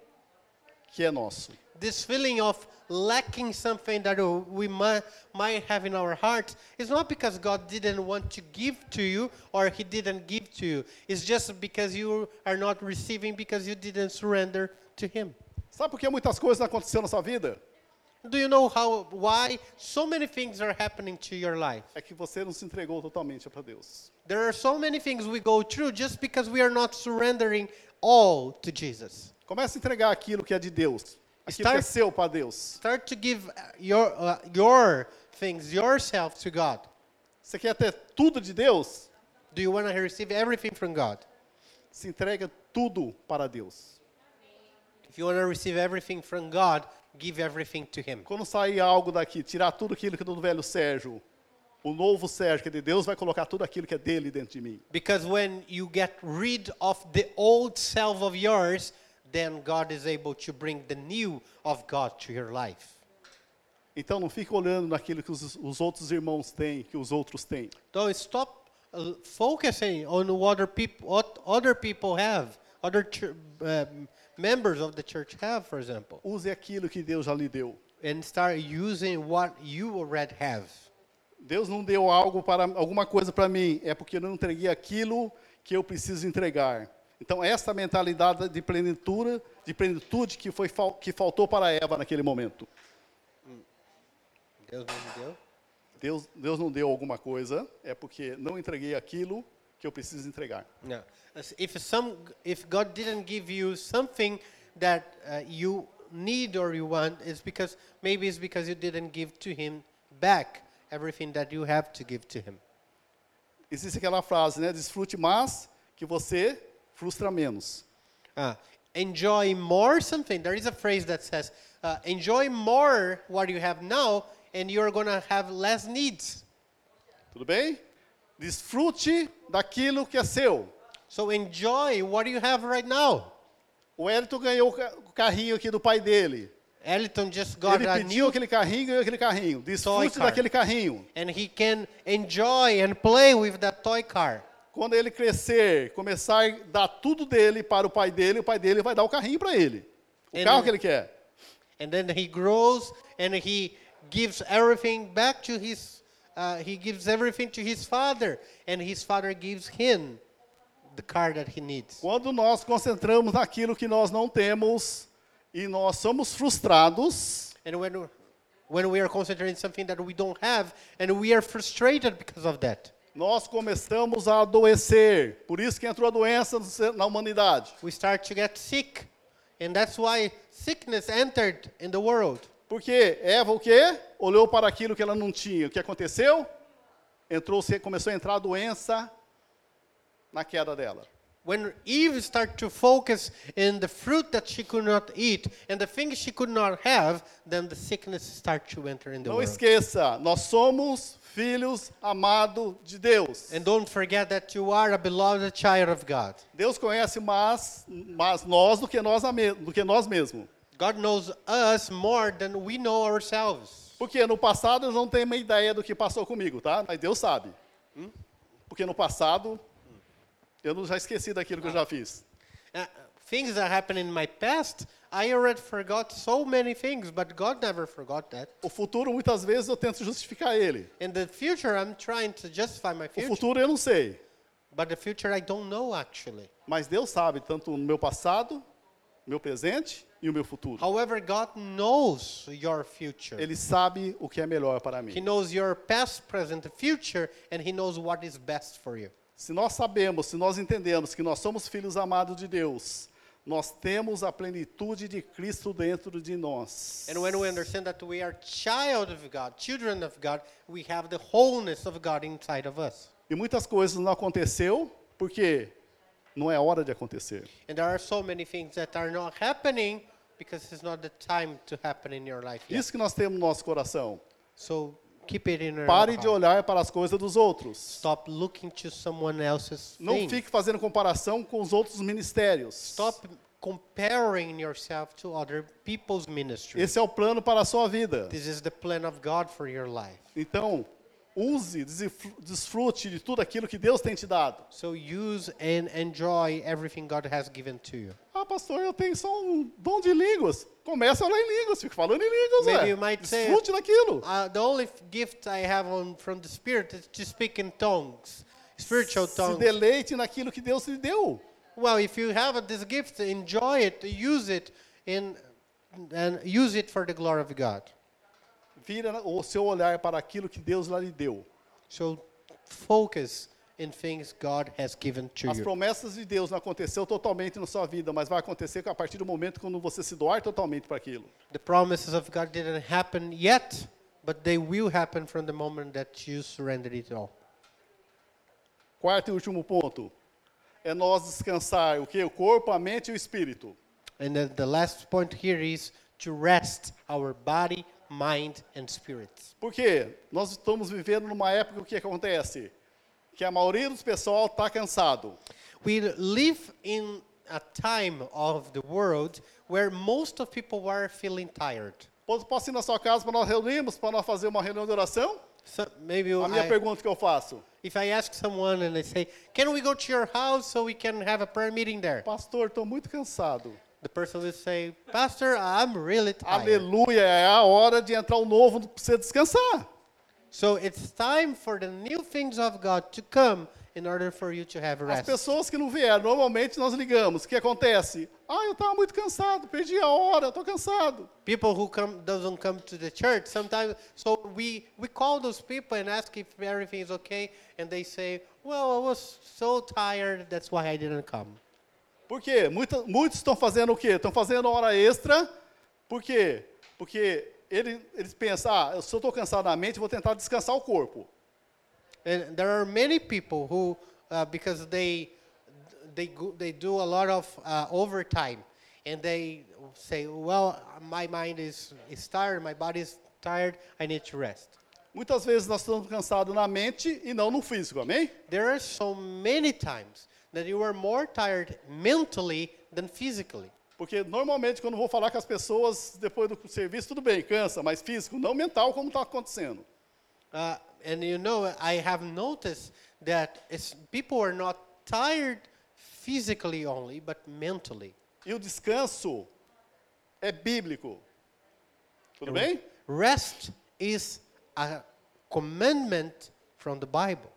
S2: que é nosso.
S1: This feeling of lacking something that uh, we might, might have in our hearts is not because God didn't want to give to you or He didn't give to you. It's just because you are not receiving because you didn't surrender to Him.
S2: Sabe por que muitas coisas não aconteceram na sua vida?
S1: Do you know how why so many things are happening to your life?
S2: É que você não se entregou totalmente para Deus.
S1: There are so many things we go through just because we are not surrendering all to Jesus.
S2: Comece a entregar aquilo que é de Deus. Aquilo
S1: Estar-
S2: que é seu para Deus.
S1: Start to give uh, your uh, your things yourself to God.
S2: Você quer ter tudo de Deus?
S1: Do you want to receive everything from God?
S2: Se entrega tudo para Deus.
S1: If you want to receive everything from God, give everything to Him.
S2: Quando sair algo daqui, tirar tudo aquilo que é do velho Sérgio, o novo Sérgio, que é de Deus, vai colocar tudo aquilo que é dele dentro de mim.
S1: Because when you get rid of the old self of yours, then God is able to bring the new of God to your life.
S2: Então não fica olhando naquilo que os, os outros irmãos têm, que os outros têm.
S1: Don't stop uh, focusing on what other people, what other people have, other chur- um, members of the church have, for example,
S2: Use aquilo que Deus já lhe deu.
S1: and start using what you already have.
S2: Deus não deu algo para alguma coisa para mim, é porque eu não entreguei aquilo que eu preciso entregar. Então essa mentalidade de plenitude, de plenitude que foi fal- que faltou para Eva naquele momento.
S1: Deus nos deu.
S2: Deus, Deus não deu alguma coisa, é porque não entreguei aquilo que eu preciso entregar.
S1: No. As- If some, if God didn't give you something that uh, you need or you want, it's because maybe it's because you didn't give to Him back everything that you have to give to Him.
S2: Existe aquela frase, né? Desfrute mais que você frustra menos.
S1: Uh, enjoy more something. There is a phrase that says, uh, enjoy more what you have now, and you're going to have less needs.
S2: Tudo bem? Desfrute daquilo que é seu.
S1: So enjoy what you have right now.
S2: O Elton ganhou o ca- o carrinho aqui do pai dele.
S1: Eliton just got
S2: Ele
S1: a
S2: pediu
S1: new,
S2: aquele carrinho, ganhou aquele carrinho. Desfrute
S1: car.
S2: daquele carrinho.
S1: and he can enjoy and play with that toy car.
S2: Quando ele crescer, começar a dar tudo dele para o pai dele, o pai dele vai dar o carrinho para ele. O
S1: Ele-
S2: carro que ele quer.
S1: And then he grows and he gives everything back to his, uh, he gives everything to his father, and his father gives him the car that he needs.
S2: Quando nós concentramos naquilo que nós não temos e nós somos frustrados,
S1: And when, when we are concentrating something that we don't have, and we are frustrated because of that,
S2: nós começamos a adoecer. Por isso que entrou a doença no ser- na humanidade.
S1: we start to get sick. And that's why sickness entered in the world.
S2: Porque Eva o quê? Olhou para aquilo que ela não tinha. O que aconteceu? Entrou, começou a entrar a doença na queda dela.
S1: When Eve started to focus in the fruit that she could not eat and the things she could not have, then the sickness started to enter in the
S2: Não é.
S1: world.
S2: esqueça, nós somos filhos amados de Deus.
S1: And don't forget that you are a beloved child of God.
S2: Deus conhece mais, mais nós do que nós, a me- do que nós mesmos.
S1: God knows us more than we know ourselves.
S2: Porque no passado eles não têm uma ideia do que passou comigo, tá? Mas Deus sabe. Hum? Porque no passado eu não já esqueci daquilo que eu já fiz.
S1: Uh, things that happened in my past, I already forgot so many things, but God never forgot that.
S2: O futuro muitas vezes eu tento justificar ele.
S1: In the future, I'm trying to justify my
S2: O
S1: future,
S2: futuro eu não sei,
S1: but the future I don't know actually.
S2: mas Deus sabe tanto o meu passado, o meu presente e o meu futuro.
S1: However, God knows your future.
S2: Ele sabe o que é melhor para
S1: He
S2: mim.
S1: knows your past, present, and future, and He knows what is best for you.
S2: Se nós sabemos, se nós entendemos que nós somos filhos amados de Deus, nós temos a plenitude de Cristo dentro de nós.
S1: And when we understand that we are child of God, children of God, we have the wholeness of God inside of us.
S2: E muitas coisas não aconteceu porque não é hora de acontecer.
S1: And there are so many things that are not happening because it's not the time to happen in your life yet.
S2: Isso que nós temos no nosso coração.
S1: So keep it in your
S2: Pare de
S1: heart.
S2: olhar para as coisas dos outros.
S1: Stop looking to someone else's
S2: Não
S1: thing.
S2: fique fazendo comparação com os outros ministérios.
S1: Stop comparing yourself to other people's ministry.
S2: Esse é o plano para a sua vida.
S1: This is the plan of God for your life.
S2: Então, use, desfru- desfrute de tudo aquilo que Deus tem te dado.
S1: So use and enjoy everything God has given to you.
S2: Ah, pastor, eu tenho só um dom de línguas. Começa a orar em línguas, fico falando em línguas,
S1: Maybe
S2: ué.
S1: you might say-
S2: Desfrute daquilo.
S1: Uh, the only f- gift I have on, from the Spirit is to speak in tongues, spiritual
S2: Se
S1: tongues.
S2: deleite naquilo que Deus lhe deu.
S1: Well, if you have this gift, enjoy it, use it, in, and use it for the glory of God.
S2: Vira o seu olhar para aquilo que Deus lá lhe deu.
S1: So focus in things God has given to
S2: As
S1: you.
S2: promessas de Deus não aconteceu totalmente na sua vida, mas vai acontecer a partir do momento quando você se doar totalmente para aquilo.
S1: The promises of God didn't happen yet, but they will happen from the moment that you surrender it all.
S2: Quarto e último ponto é nós descansar o que o corpo, a mente e o espírito.
S1: And then the last point here is to rest our body, mind, and spirit.
S2: Porque nós estamos vivendo numa época o que acontece, que a maioria dos pessoal está cansado.
S1: We live in a time of the world where most of people are feeling tired.
S2: Posso posso ir na sua casa para nós reunirmos, para nós fazer uma reunião de oração?
S1: So maybe
S2: A minha
S1: I-
S2: pergunta que eu faço,
S1: if I ask someone and I say, "Can we go to your house so we can have a prayer meeting there?"
S2: pastor, estou muito cansado.
S1: The person will say, "Pastor, I'm really tired."
S2: Aleluia, é a hora de entrar o novo para você descansar.
S1: So it's time for the new things of God to come in order for you to have
S2: As
S1: rest.
S2: pessoas que não vieram, normalmente nós ligamos. O que acontece? Ah, eu estava muito cansado, perdi a hora, estou cansado.
S1: people who come doesn't come to the church sometimes so we we call those people and ask if everything is okay and they say well i was so tired that's why i didn't come
S2: Por quê? Muita- muitos estão fazendo o quê? Estão fazendo hora extra. Por quê? Porque ele- eles pensam, ah, eu- se eu estou cansado na mente, eu vou tentar descansar o corpo.
S1: and there are many people who uh, because they they go, they do a lot of uh, overtime and they say well my mind is is tired my body is tired i need to rest
S2: Muitas vezes nós estamos cansados na mente e não no físico, amém?
S1: there are so many times that you are more tired mentally than physically
S2: Porque normalmente quando eu vou falar com as pessoas depois do serviço, tudo bem, cansa, mas físico, não mental, como está acontecendo.
S1: Uh, and you know, I have noticed that it's, people are not tired physically only, but mentally.
S2: E o descanso é bíblico. Tudo bem?
S1: Rest is a commandment from the Bible.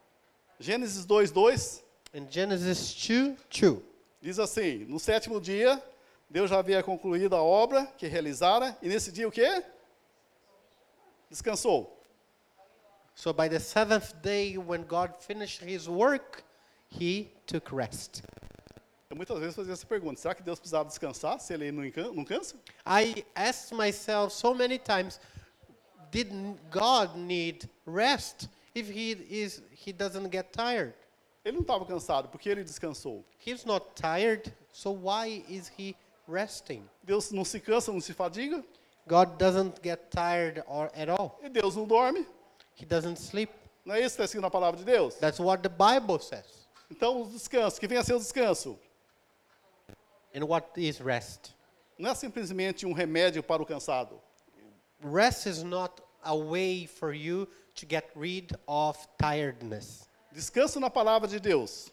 S2: Gênesis 2:2
S1: In Genesis 2 2.
S2: diz assim: No sétimo dia, Deus já havia concluído a obra que realizara, e nesse dia o quê? Descansou.
S1: So by the seventh day, when God finished his work, he took rest.
S2: Eu muitas vezes fazia essa pergunta: será que Deus precisava descansar se ele não encan- não cansa?
S1: I asked myself so many times, did God need rest if he, is, he doesn't get tired?
S2: Ele não estava cansado, porque ele descansou.
S1: He's not tired, so why is he resting?
S2: Deus não se cansa, não se fadiga,
S1: God doesn't get tired or at all.
S2: e Deus não dorme.
S1: He doesn't sleep.
S2: Não é isso que está escrito na palavra de Deus?
S1: That's what the Bible says.
S2: Então, o descanso, que venha a ser o descanso.
S1: And what is rest?
S2: Não é simplesmente um remédio para o cansado.
S1: Rest is not a way for you to get rid of tiredness.
S2: Descanso na palavra de Deus.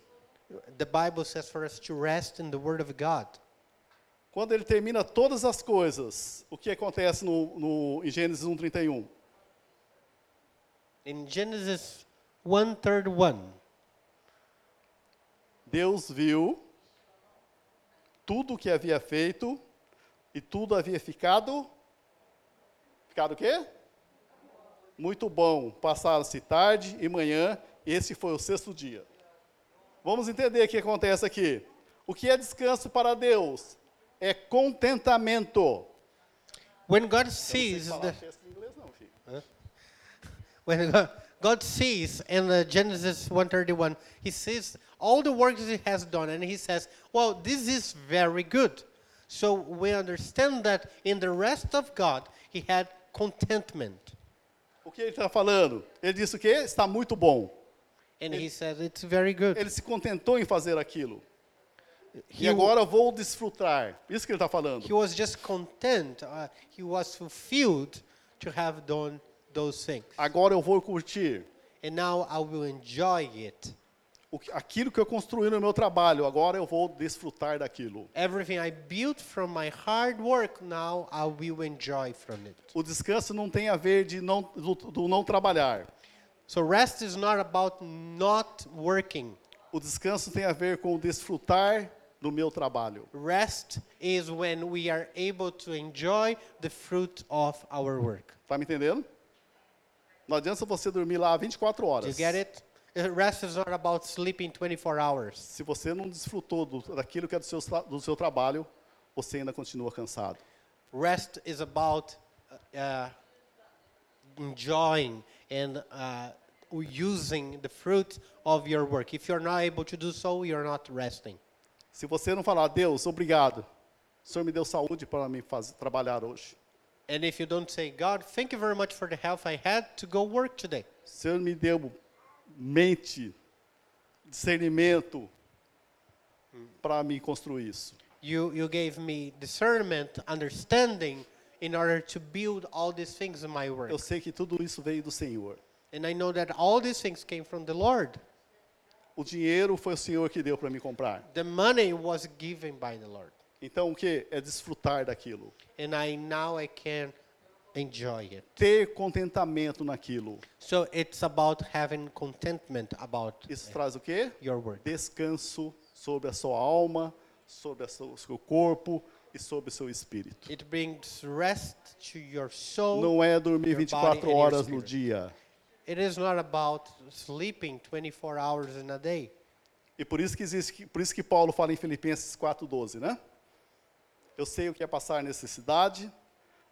S1: The Bible says for us to rest in the Word of God.
S2: Quando ele termina todas as coisas, o que acontece no, no- em Gênesis 1,31?
S1: In Genesis 1:31,
S2: Deus viu tudo o que havia feito e tudo havia ficado. Ficado o quê? Muito bom. Passaram-se tarde e manhã, esse foi o sexto dia. Vamos entender o que acontece aqui. O que é descanso para Deus? É contentamento.
S1: when God
S2: Eu não
S1: sees
S2: sei falar
S1: the,
S2: texto em inglês, não, filho.
S1: when (laughs) God, God sees in uh, Genesis 1:31, He sees all the works He has done, and He says, "Well, this is very good." So we understand that in the rest of God, He had contentment,
S2: O que ele está falando? Ele disse o quê? Está muito bom.
S1: and He said, "It's very good."
S2: Ele se contentou em fazer aquilo.
S1: He,
S2: E agora vou desfrutar. Isso que ele está falando.
S1: he was just content. Uh, he was fulfilled to have done those things,
S2: Agora eu vou curtir
S1: and now I will enjoy it.
S2: o que- aquilo que eu construí no meu trabalho. Agora eu vou desfrutar daquilo.
S1: Everything I built from my hard work, now I will enjoy from it.
S2: O descanso não tem a ver de não, do, do não trabalhar.
S1: So rest is not about not working.
S2: O descanso tem a ver com o desfrutar do meu trabalho.
S1: Rest is when we are able to enjoy the fruit of our work.
S2: Tá me entendendo? Não adianta você dormir lá 24
S1: Do
S2: horas.
S1: you get it? (laughs) Uh, Rest is not about sleeping 24 hours.
S2: Se você não desfrutou do, daquilo que é do seu, tra- do seu trabalho, você ainda continua cansado.
S1: Rest is about uh, uh, enjoying and uh, using the fruit of your work. If you're not able to do so, you're not resting.
S2: Se você não falar, Deus, obrigado. O Senhor me deu saúde para me faz- trabalhar hoje.
S1: And if you don't say, God, thank you very much for the health I had to go work today.
S2: O Senhor me deu mente, discernimento para me construir isso.
S1: You, you gave me discernment, understanding in order to build all these things in my work.
S2: Eu sei que tudo isso veio do Senhor.
S1: And I know that all these things came from the Lord.
S2: O dinheiro foi o Senhor que deu para me comprar.
S1: The money was given by the Lord.
S2: Então o que é desfrutar daquilo?
S1: And I now I can enjoy it.
S2: Ter contentamento naquilo.
S1: So it's about having contentment about
S2: Isso traz o quê?
S1: your work.
S2: Descanso sobre a sua alma, sobre a sua- o seu corpo e sobre o seu espírito.
S1: It brings rest to your soul.
S2: Não é dormir
S1: your body
S2: 24
S1: and your
S2: horas no
S1: Então, spirit.
S2: dia.
S1: It is not about sleeping 24 hours in a day.
S2: E por isso que existe, por isso que Paulo fala em Filipenses 4:12, né? Eu sei o que é passar necessidade,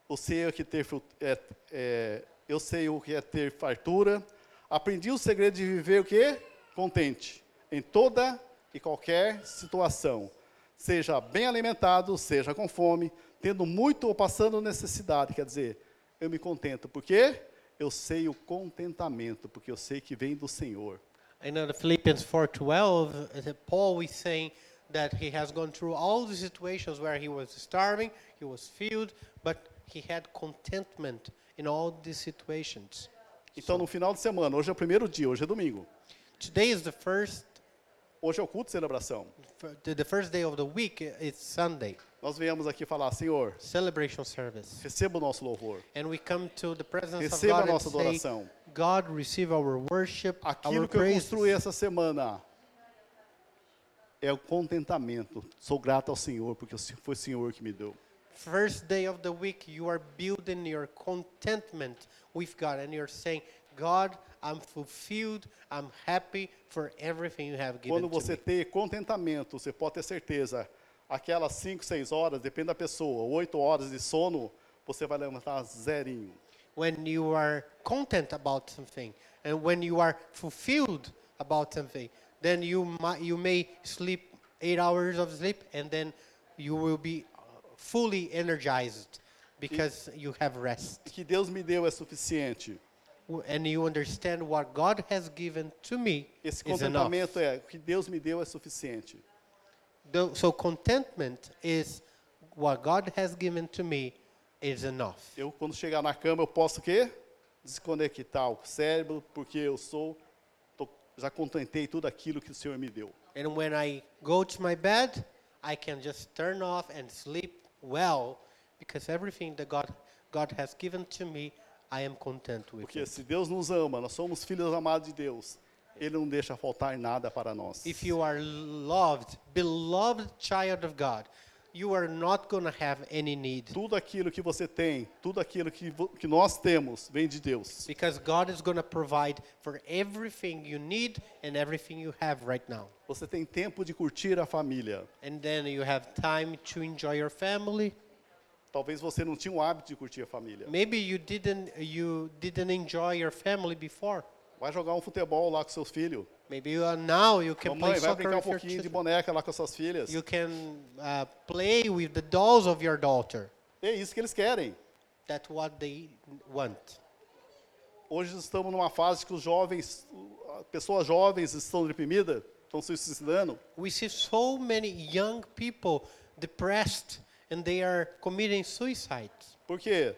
S2: eu sei o que ter fru- é, é, eu sei o que é ter fartura. Aprendi o segredo de viver o quê? Contente em toda e qualquer situação. Seja bem alimentado, seja com fome, tendo muito ou passando necessidade, quer dizer, eu me contento, porque eu sei o contentamento, porque eu sei que vem do Senhor.
S1: I know the Philippians 4:12, that Paul is saying that he has gone through all the situations where he was starving, he was filled, but he had contentment in all these situations.
S2: Então, no final de semana, hoje é o primeiro dia, hoje é domingo.
S1: Today is the first
S2: Hoje é o culto de celebração.
S1: the the first day of the week uh, it's Sunday,
S2: Nós viemos aqui falar, Senhor,
S1: celebration service.
S2: receba o nosso louvor.
S1: And we come to the presence
S2: Receba
S1: of God
S2: nossa
S1: and say,
S2: adoração.
S1: God receive our worship, our
S2: Aquilo que eu
S1: praise.
S2: construí essa semana é o contentamento. Sou grato ao Senhor, porque o Se- foi o Senhor que me deu.
S1: First day of the week, you are building your contentment with God, and you're saying, God, I'm fulfilled, I'm happy for everything you have given
S2: Quando
S1: to
S2: você
S1: me.
S2: tem contentamento, você pode ter certeza, aquelas 5, 6 horas, depende da pessoa, 8 horas de sono, você vai levantar zerinho.
S1: When you are content about something, and when you are fulfilled about something, then you might, you may sleep eight hours of sleep, and then you will be uh, fully energized because
S2: E
S1: you have rest
S2: que Deus me deu é suficiente.
S1: W- and you understand what God has given to me
S2: Esse
S1: is enough.
S2: contentamento é o que Deus me deu é suficiente.
S1: Tho- So contentment is what God has given to me is enough.
S2: Eu quando chegar na cama eu posso o quê? Desconectar o cérebro porque eu sou tô- já contentei tudo aquilo que o Senhor me deu.
S1: And when I go to my bed, I can just turn off and sleep well because everything that God God has given to me, I am content with.
S2: Porque
S1: it.
S2: se Deus nos ama, nós somos filhos amados de Deus. Ele não deixa faltar nada para nós.
S1: If you are loved, beloved child of God, you are not going to have any need
S2: Tudo aquilo que você tem, tudo aquilo que, vo- que nós temos, vem de Deus.
S1: because God is going to provide for everything you need and everything you have right now.
S2: Você tem tempo de curtir a família.
S1: And then you have time to enjoy your family.
S2: Talvez você não tinha o hábito de curtir a família.
S1: Maybe you didn't you didn't enjoy your family before.
S2: Vai jogar um futebol lá com seus filhos.
S1: Maybe you are now you can
S2: Mamãe,
S1: play
S2: vai
S1: soccer
S2: brincar um
S1: with your
S2: pouquinho de
S1: children.
S2: boneca lá com suas filhas.
S1: You can uh, play with the dolls of your daughter.
S2: É isso que eles querem.
S1: That's what they want.
S2: Hoje estamos numa fase que os jovens, uh, pessoas jovens estão deprimidas, estão se suicidando.
S1: We see so many young people depressed and they are committing suicide
S2: Por quê?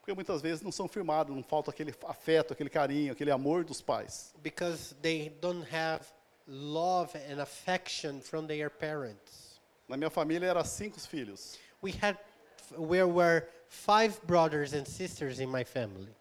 S2: Porque muitas vezes não são firmados, não falta aquele afeto, aquele carinho, aquele amor dos pais.
S1: because they don't have love and affection from their parents.
S2: Na minha família era cinco filhos.
S1: We had we were five brothers and sisters in my family.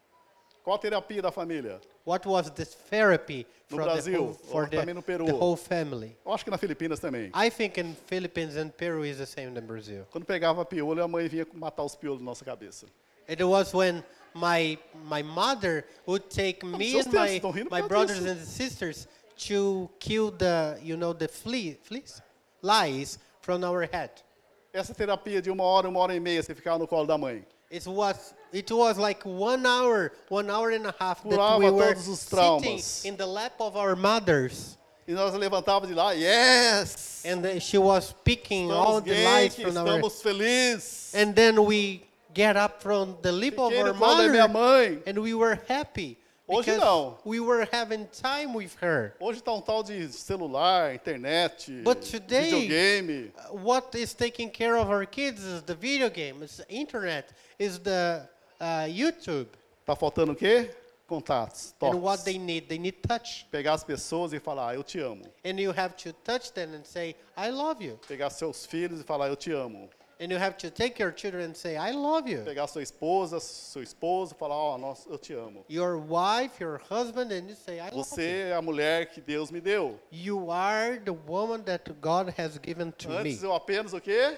S2: Qual a terapia da família?
S1: What was this therapy
S2: No
S1: for the
S2: Brasil,
S1: whole, for
S2: ou também no
S1: the,
S2: Peru.
S1: the whole family?
S2: Eu acho que na Filipinas também.
S1: I think in Philippines and Peru is the same than Brazil.
S2: Quando pegava piolho, a mãe vinha matar os piolhos na nossa cabeça.
S1: It was when my my mother would take me
S2: seus
S1: and
S2: textos
S1: my,
S2: estão rindo por
S1: my
S2: causa
S1: brothers
S2: disso.
S1: and sisters to kill the you know the flea fleas lies from our head.
S2: Essa terapia de uma hora, uma hora e meia, você ficava no colo da mãe.
S1: It was it was like one hour, one hour and a half that
S2: Curava
S1: we were
S2: todos os
S1: sitting
S2: traumas.
S1: in the lap of our mothers,
S2: E nós levantava de lá, yes!
S1: and then she was picking É, all
S2: Estamos
S1: the lies
S2: gays,
S1: from our.
S2: estamos felizes.
S1: And then we get up from the lip of
S2: Fiquei
S1: our
S2: no colo da é minha
S1: mother,
S2: mãe.
S1: and we were happy
S2: Hoje
S1: because
S2: não.
S1: we were having time with her.
S2: Hoje está um tal de celular, internet,
S1: But today-
S2: videogame.
S1: Uh, what is taking care of our kids is the video game, is the internet, is the uh, YouTube,
S2: Tá faltando o quê? Contatos,
S1: and what
S2: toques.
S1: they need. They need touch,
S2: Pegar as pessoas e falar, "Ah, eu te amo.
S1: and you have to touch them and say, "I love you,"
S2: Pegar seus filhos e falar, eu te amo.
S1: and you have to take your children and say, "I love you."
S2: Pegar sua esposa, seu esposo e falar, ó, nossa, eu te amo.
S1: Your wife, your husband, and you say, "I love you."
S2: Você é a mulher que Deus me deu.
S1: You are the woman that God has given to me.
S2: Antes eu apenas o quê?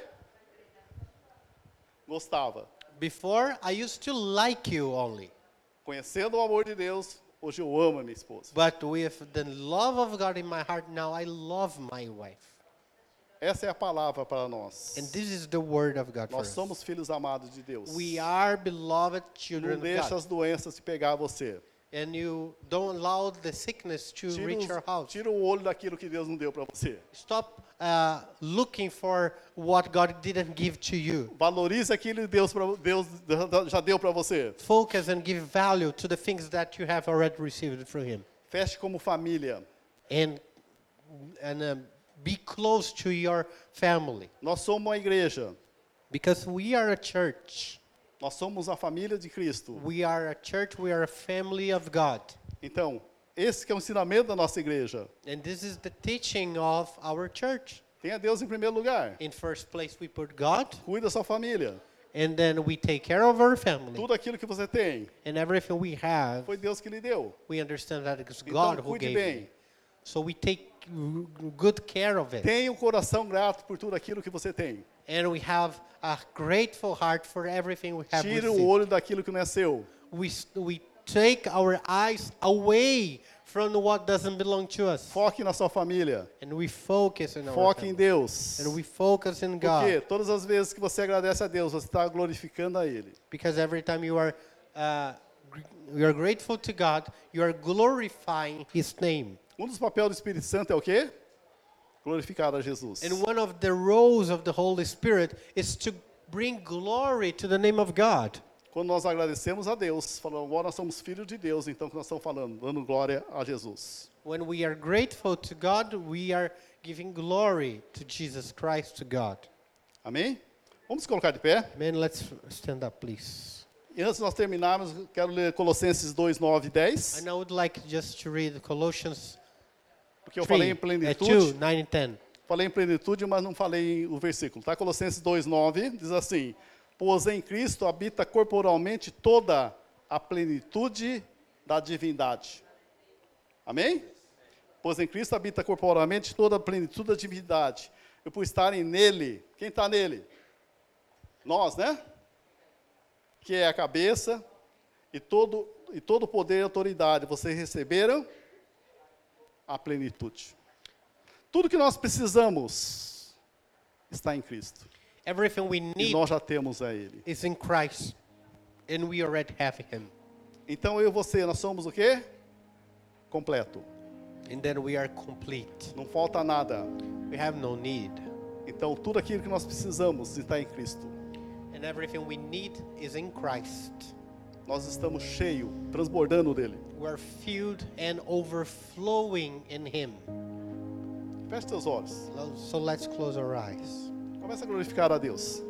S2: Gostava.
S1: Before, I used to like you only.
S2: Conhecendo o amor de Deus, hoje eu amo a minha esposa.
S1: But with the love of God in my heart, now I love my wife.
S2: Essa é a palavra para nós.
S1: And this is the word of God for
S2: Nós
S1: us.
S2: somos filhos amados de Deus.
S1: We are beloved
S2: Não
S1: children of
S2: deixa
S1: God.
S2: as doenças te pegar você.
S1: And you don't allow the sickness to
S2: Tira,
S1: reach your
S2: os-
S1: house.
S2: tira o olho daquilo que Deus não deu para você.
S1: Stop uh, looking for what God didn't give to you.
S2: Valorize aquilo que Deus, pra- Deus já- já deu para você.
S1: Focus and give value to the things that you have already received from Him.
S2: Feche como família.
S1: And, and um, be close to your family.
S2: Nós somos uma igreja.
S1: Because we are a church.
S2: Nós somos a família de Cristo.
S1: We are a church, we are a family of God.
S2: Então, esse que é o ensinamento da nossa igreja.
S1: And this is the teaching of our church.
S2: Tenha Deus em primeiro lugar.
S1: In first place, we put God,
S2: Cuida da sua família.
S1: and then we take care of our family.
S2: Tudo aquilo que você tem,
S1: And everything we have,
S2: foi Deus que lhe deu.
S1: we understand that it's God
S2: Então,
S1: who
S2: cuide
S1: gave
S2: bem.
S1: it. So we take good care of it.
S2: Tenha um coração grato por tudo aquilo que você tem.
S1: And we have a grateful heart for everything we have
S2: Tira o
S1: received.
S2: olho daquilo que não é seu.
S1: We, s- we take our eyes away from what doesn't belong to us.
S2: Foque na sua família.
S1: And we focus on our
S2: Foque em
S1: family.
S2: Deus.
S1: And we focus in
S2: Porque
S1: God.
S2: todas as vezes que você agradece a Deus, você está glorificando a Ele.
S1: Because every time you are, uh, gr- you are grateful to God, you are glorifying His name.
S2: Um dos papéis do Espírito Santo é o quê? Glorificar a Jesus.
S1: And one of the roles of the Holy Spirit is to bring glory to the name of God.
S2: Quando nós agradecemos a Deus, falamos, agora nós somos filhos de Deus, então que nós estamos falando, dando glória a Jesus.
S1: When we are grateful to God, we are giving glory to Jesus Christ to God.
S2: Amém? Vamos colocar de pé.
S1: Amen. Let's stand up, please.
S2: E antes de nós terminarmos, quero ler Colossenses 2, 9 e 10.
S1: And I would like just to read Colossians
S2: Porque eu
S1: 3,
S2: falei em
S1: eh, 2,
S2: plenitude,
S1: 9 and 10.
S2: falei em plenitude, mas não falei o versículo. Tá? Colossenses 2, 9 diz assim: Pois em Cristo habita corporalmente toda a plenitude da divindade. Amém? Pois em Cristo habita corporalmente toda a plenitude da divindade. E por estarem nele, quem está nele? Nós, né? Que é a cabeça e todo, e todo poder e autoridade. Vocês receberam a plenitude. Tudo que nós precisamos está em Cristo.
S1: Everything we
S2: E
S1: need
S2: nós já temos a Ele.
S1: is in Christ, and we already have Him.
S2: Então eu e você, nós somos o quê? Completo.
S1: And then we are complete.
S2: Não falta nada.
S1: We have no need.
S2: Então tudo aquilo que nós precisamos está em Cristo.
S1: And everything we need is in Christ.
S2: Nós estamos cheios, transbordando dele.
S1: We're filled and overflowing in Him.
S2: Feche seus olhos.
S1: Lo- So let's close our eyes
S2: Começa a glorificar a Deus.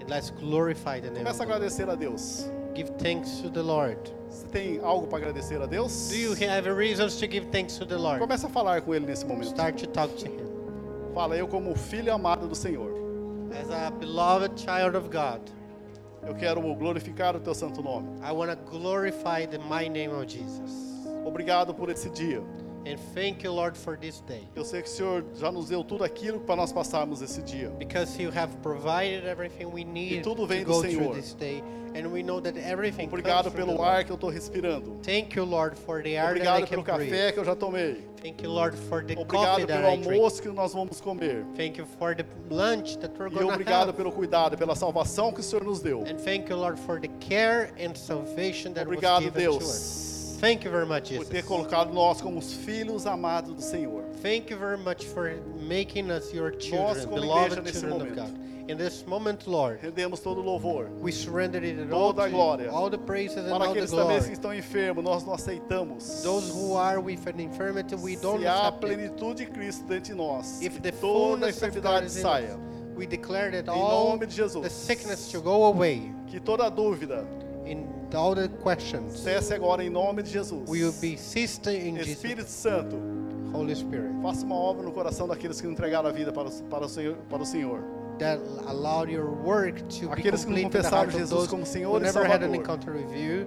S1: and let's glorify the name of
S2: Começa a
S1: God.
S2: agradecer a Deus.
S1: Give thanks to the Lord.
S2: Você tem algo para agradecer a Deus?
S1: Do you have reasons to give thanks to the Lord?
S2: Começa a falar com ele nesse momento.
S1: Start to talk to Him.
S2: Fala, eu como filho amado do Senhor,
S1: As a beloved child of God,
S2: eu quero glorificar o teu santo nome.
S1: I want to glorify the mighty name of Jesus.
S2: Obrigado por esse dia.
S1: And thank you, Lord, for this day.
S2: Eu sei que o Senhor já nos deu tudo aquilo para nós passarmos esse dia.
S1: Because you have provided everything we need
S2: E tudo
S1: to
S2: vem do
S1: go
S2: Senhor.
S1: through this day. And we know that everything
S2: Obrigado
S1: comes from
S2: pelo
S1: the Lord.
S2: ar que eu estou respirando.
S1: Thank you, Lord, for the air that I
S2: Obrigado
S1: can
S2: pelo
S1: breathe.
S2: café que eu já tomei.
S1: Thank you, Lord, for the coffee
S2: Obrigado
S1: that
S2: pelo
S1: I drink.
S2: almoço que nós vamos comer.
S1: Thank you for the lunch that we're
S2: E
S1: going to
S2: obrigado
S1: have.
S2: pelo cuidado, pela salvação que o Senhor nos deu.
S1: And thank you, Lord, for the care and salvation that was
S2: Obrigado,
S1: given to us.
S2: Deus,
S1: Thank you very much,
S2: por ter
S1: Jesus.
S2: colocado nós como os filhos amados do Senhor.
S1: Thank you very much for making us your
S2: Nós,
S1: children,
S2: como igreja,
S1: beloved
S2: nesse
S1: children
S2: momento.
S1: of God. In this moment, Lord,
S2: Rendemos todo o louvor.
S1: we surrender it and all
S2: Toda a
S1: to you,
S2: glória.
S1: all the praises and
S2: Para
S1: all the
S2: aqueles também
S1: glory.
S2: que estão enfermos, nós não aceitamos.
S1: Those who are with an infirmity, we don't
S2: Se há a
S1: accept it.
S2: plenitude de Cristo dentro de nós,
S1: If
S2: que
S1: the
S2: toda a
S1: fullness of God
S2: enfermidade
S1: is in us,
S2: saia.
S1: we declare that
S2: Em
S1: all
S2: nome de Jesus.
S1: the sickness to go away
S2: Que toda dúvida
S1: in all the questions.
S2: cesse agora em nome de Jesus.
S1: We will be sister in Jesus,
S2: Espírito Santo,
S1: Holy Spirit,
S2: faça uma obra no coração daqueles que entregaram a vida para o, para o Senhor. Para o Senhor.
S1: that allowed your work to be
S2: Aqueles que não
S1: complete in the
S2: confessaram
S1: heart
S2: Jesus
S1: of those
S2: como Senhor
S1: who
S2: e
S1: never had an
S2: Salvador.
S1: encounter with you.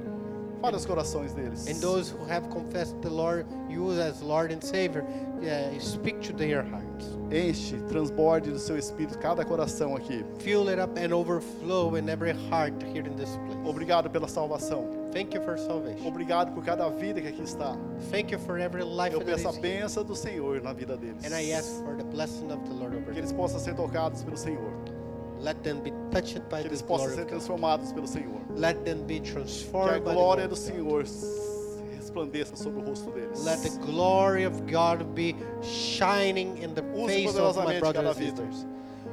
S2: Fale os corações deles.
S1: And those who have confessed the Lord, you as Lord and Savior, uh, speak to their hearts.
S2: Enche, transborde do seu Espírito cada coração aqui.
S1: Fill it up and overflow in every heart here in this place.
S2: Obrigado pela salvação.
S1: Thank you for salvation.
S2: Obrigado por cada vida que aqui está.
S1: Thank you for every life
S2: Eu
S1: that is
S2: peço a
S1: here.
S2: bênção do Senhor na vida deles.
S1: And I ask for the blessing of the Lord over
S2: Que
S1: them.
S2: eles possam ser tocados pelo Senhor.
S1: Let them be touched by
S2: Que
S1: the
S2: eles possam
S1: glory
S2: ser
S1: of God.
S2: transformados pelo Senhor.
S1: Let them be
S2: Que a
S1: transformed by the glory
S2: glória do
S1: of God.
S2: Senhor s- resplandeça sobre o rosto deles.
S1: Let the glory of God be shining in the
S2: Use
S1: face of
S2: poderosamente
S1: my brothers
S2: cada
S1: and
S2: vida.
S1: sisters.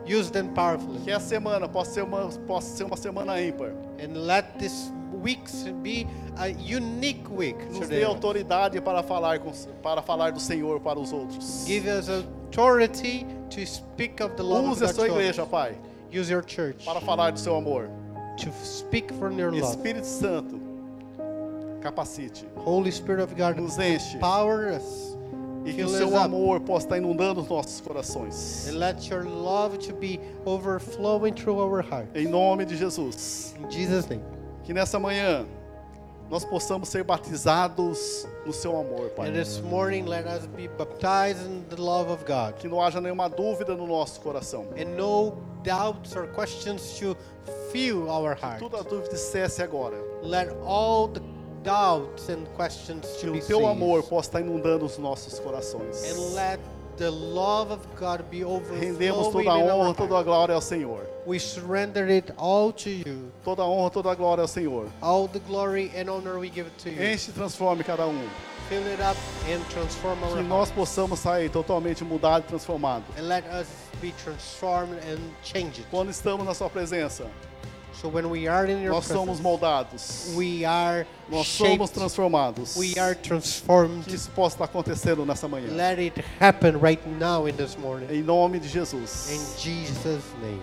S1: Use them powerfully.
S2: Que é a semana possa ser uma, possa ser uma semana ímpar.
S1: And let this week be a unique week
S2: Nos
S1: today.
S2: dê autoridade para falar, com, para falar do Senhor para os outros.
S1: Give us authority to speak of the love
S2: Use a
S1: of God.
S2: sua
S1: to
S2: igreja,
S1: others.
S2: Pai,
S1: Use your church
S2: para falar do seu amor.
S1: to speak from your love.
S2: Espírito Santo, capacite.
S1: Holy Spirit of God,
S2: Nos enche.
S1: empower us.
S2: E que o
S1: Fill us
S2: seu
S1: up.
S2: amor possa estar inundando os nossos corações.
S1: And let your love to be overflowing through our heart.
S2: Em nome de Jesus.
S1: In Jesus' name.
S2: Que nessa manhã nós possamos ser batizados no seu amor,
S1: And
S2: Pai.
S1: this morning, let us be baptized in the love of God.
S2: Que não haja nenhuma dúvida no nosso coração.
S1: and no doubts or questions to fill our heart.
S2: Toda dúvida cesse agora.
S1: Let all the doubts and questions
S2: Que
S1: to be
S2: o teu amor
S1: ceased.
S2: possa estar inundando os nossos corações.
S1: And let the love of God be
S2: Rendemos
S1: overflowing
S2: toda a
S1: in
S2: honra,
S1: our
S2: toda a
S1: heart.
S2: glória ao Senhor.
S1: We surrender it all to you.
S2: Toda a honra, toda a glória ao Senhor.
S1: All the glory and honor we give to you.
S2: Enche e transforme cada um.
S1: fill it up and transform our
S2: Que
S1: heart.
S2: nós possamos sair totalmente mudado e transformado.
S1: And let us be transformed and changed.
S2: Quando estamos na sua presença,
S1: So when we are in your
S2: nós somos
S1: presence,
S2: moldados.
S1: we are
S2: Nós somos
S1: shaped,
S2: transformados.
S1: we are transformed.
S2: Que isso possa estar acontecendo nessa manhã.
S1: Let it happen right now in this morning.
S2: Em nome de Jesus.
S1: In Jesus' name.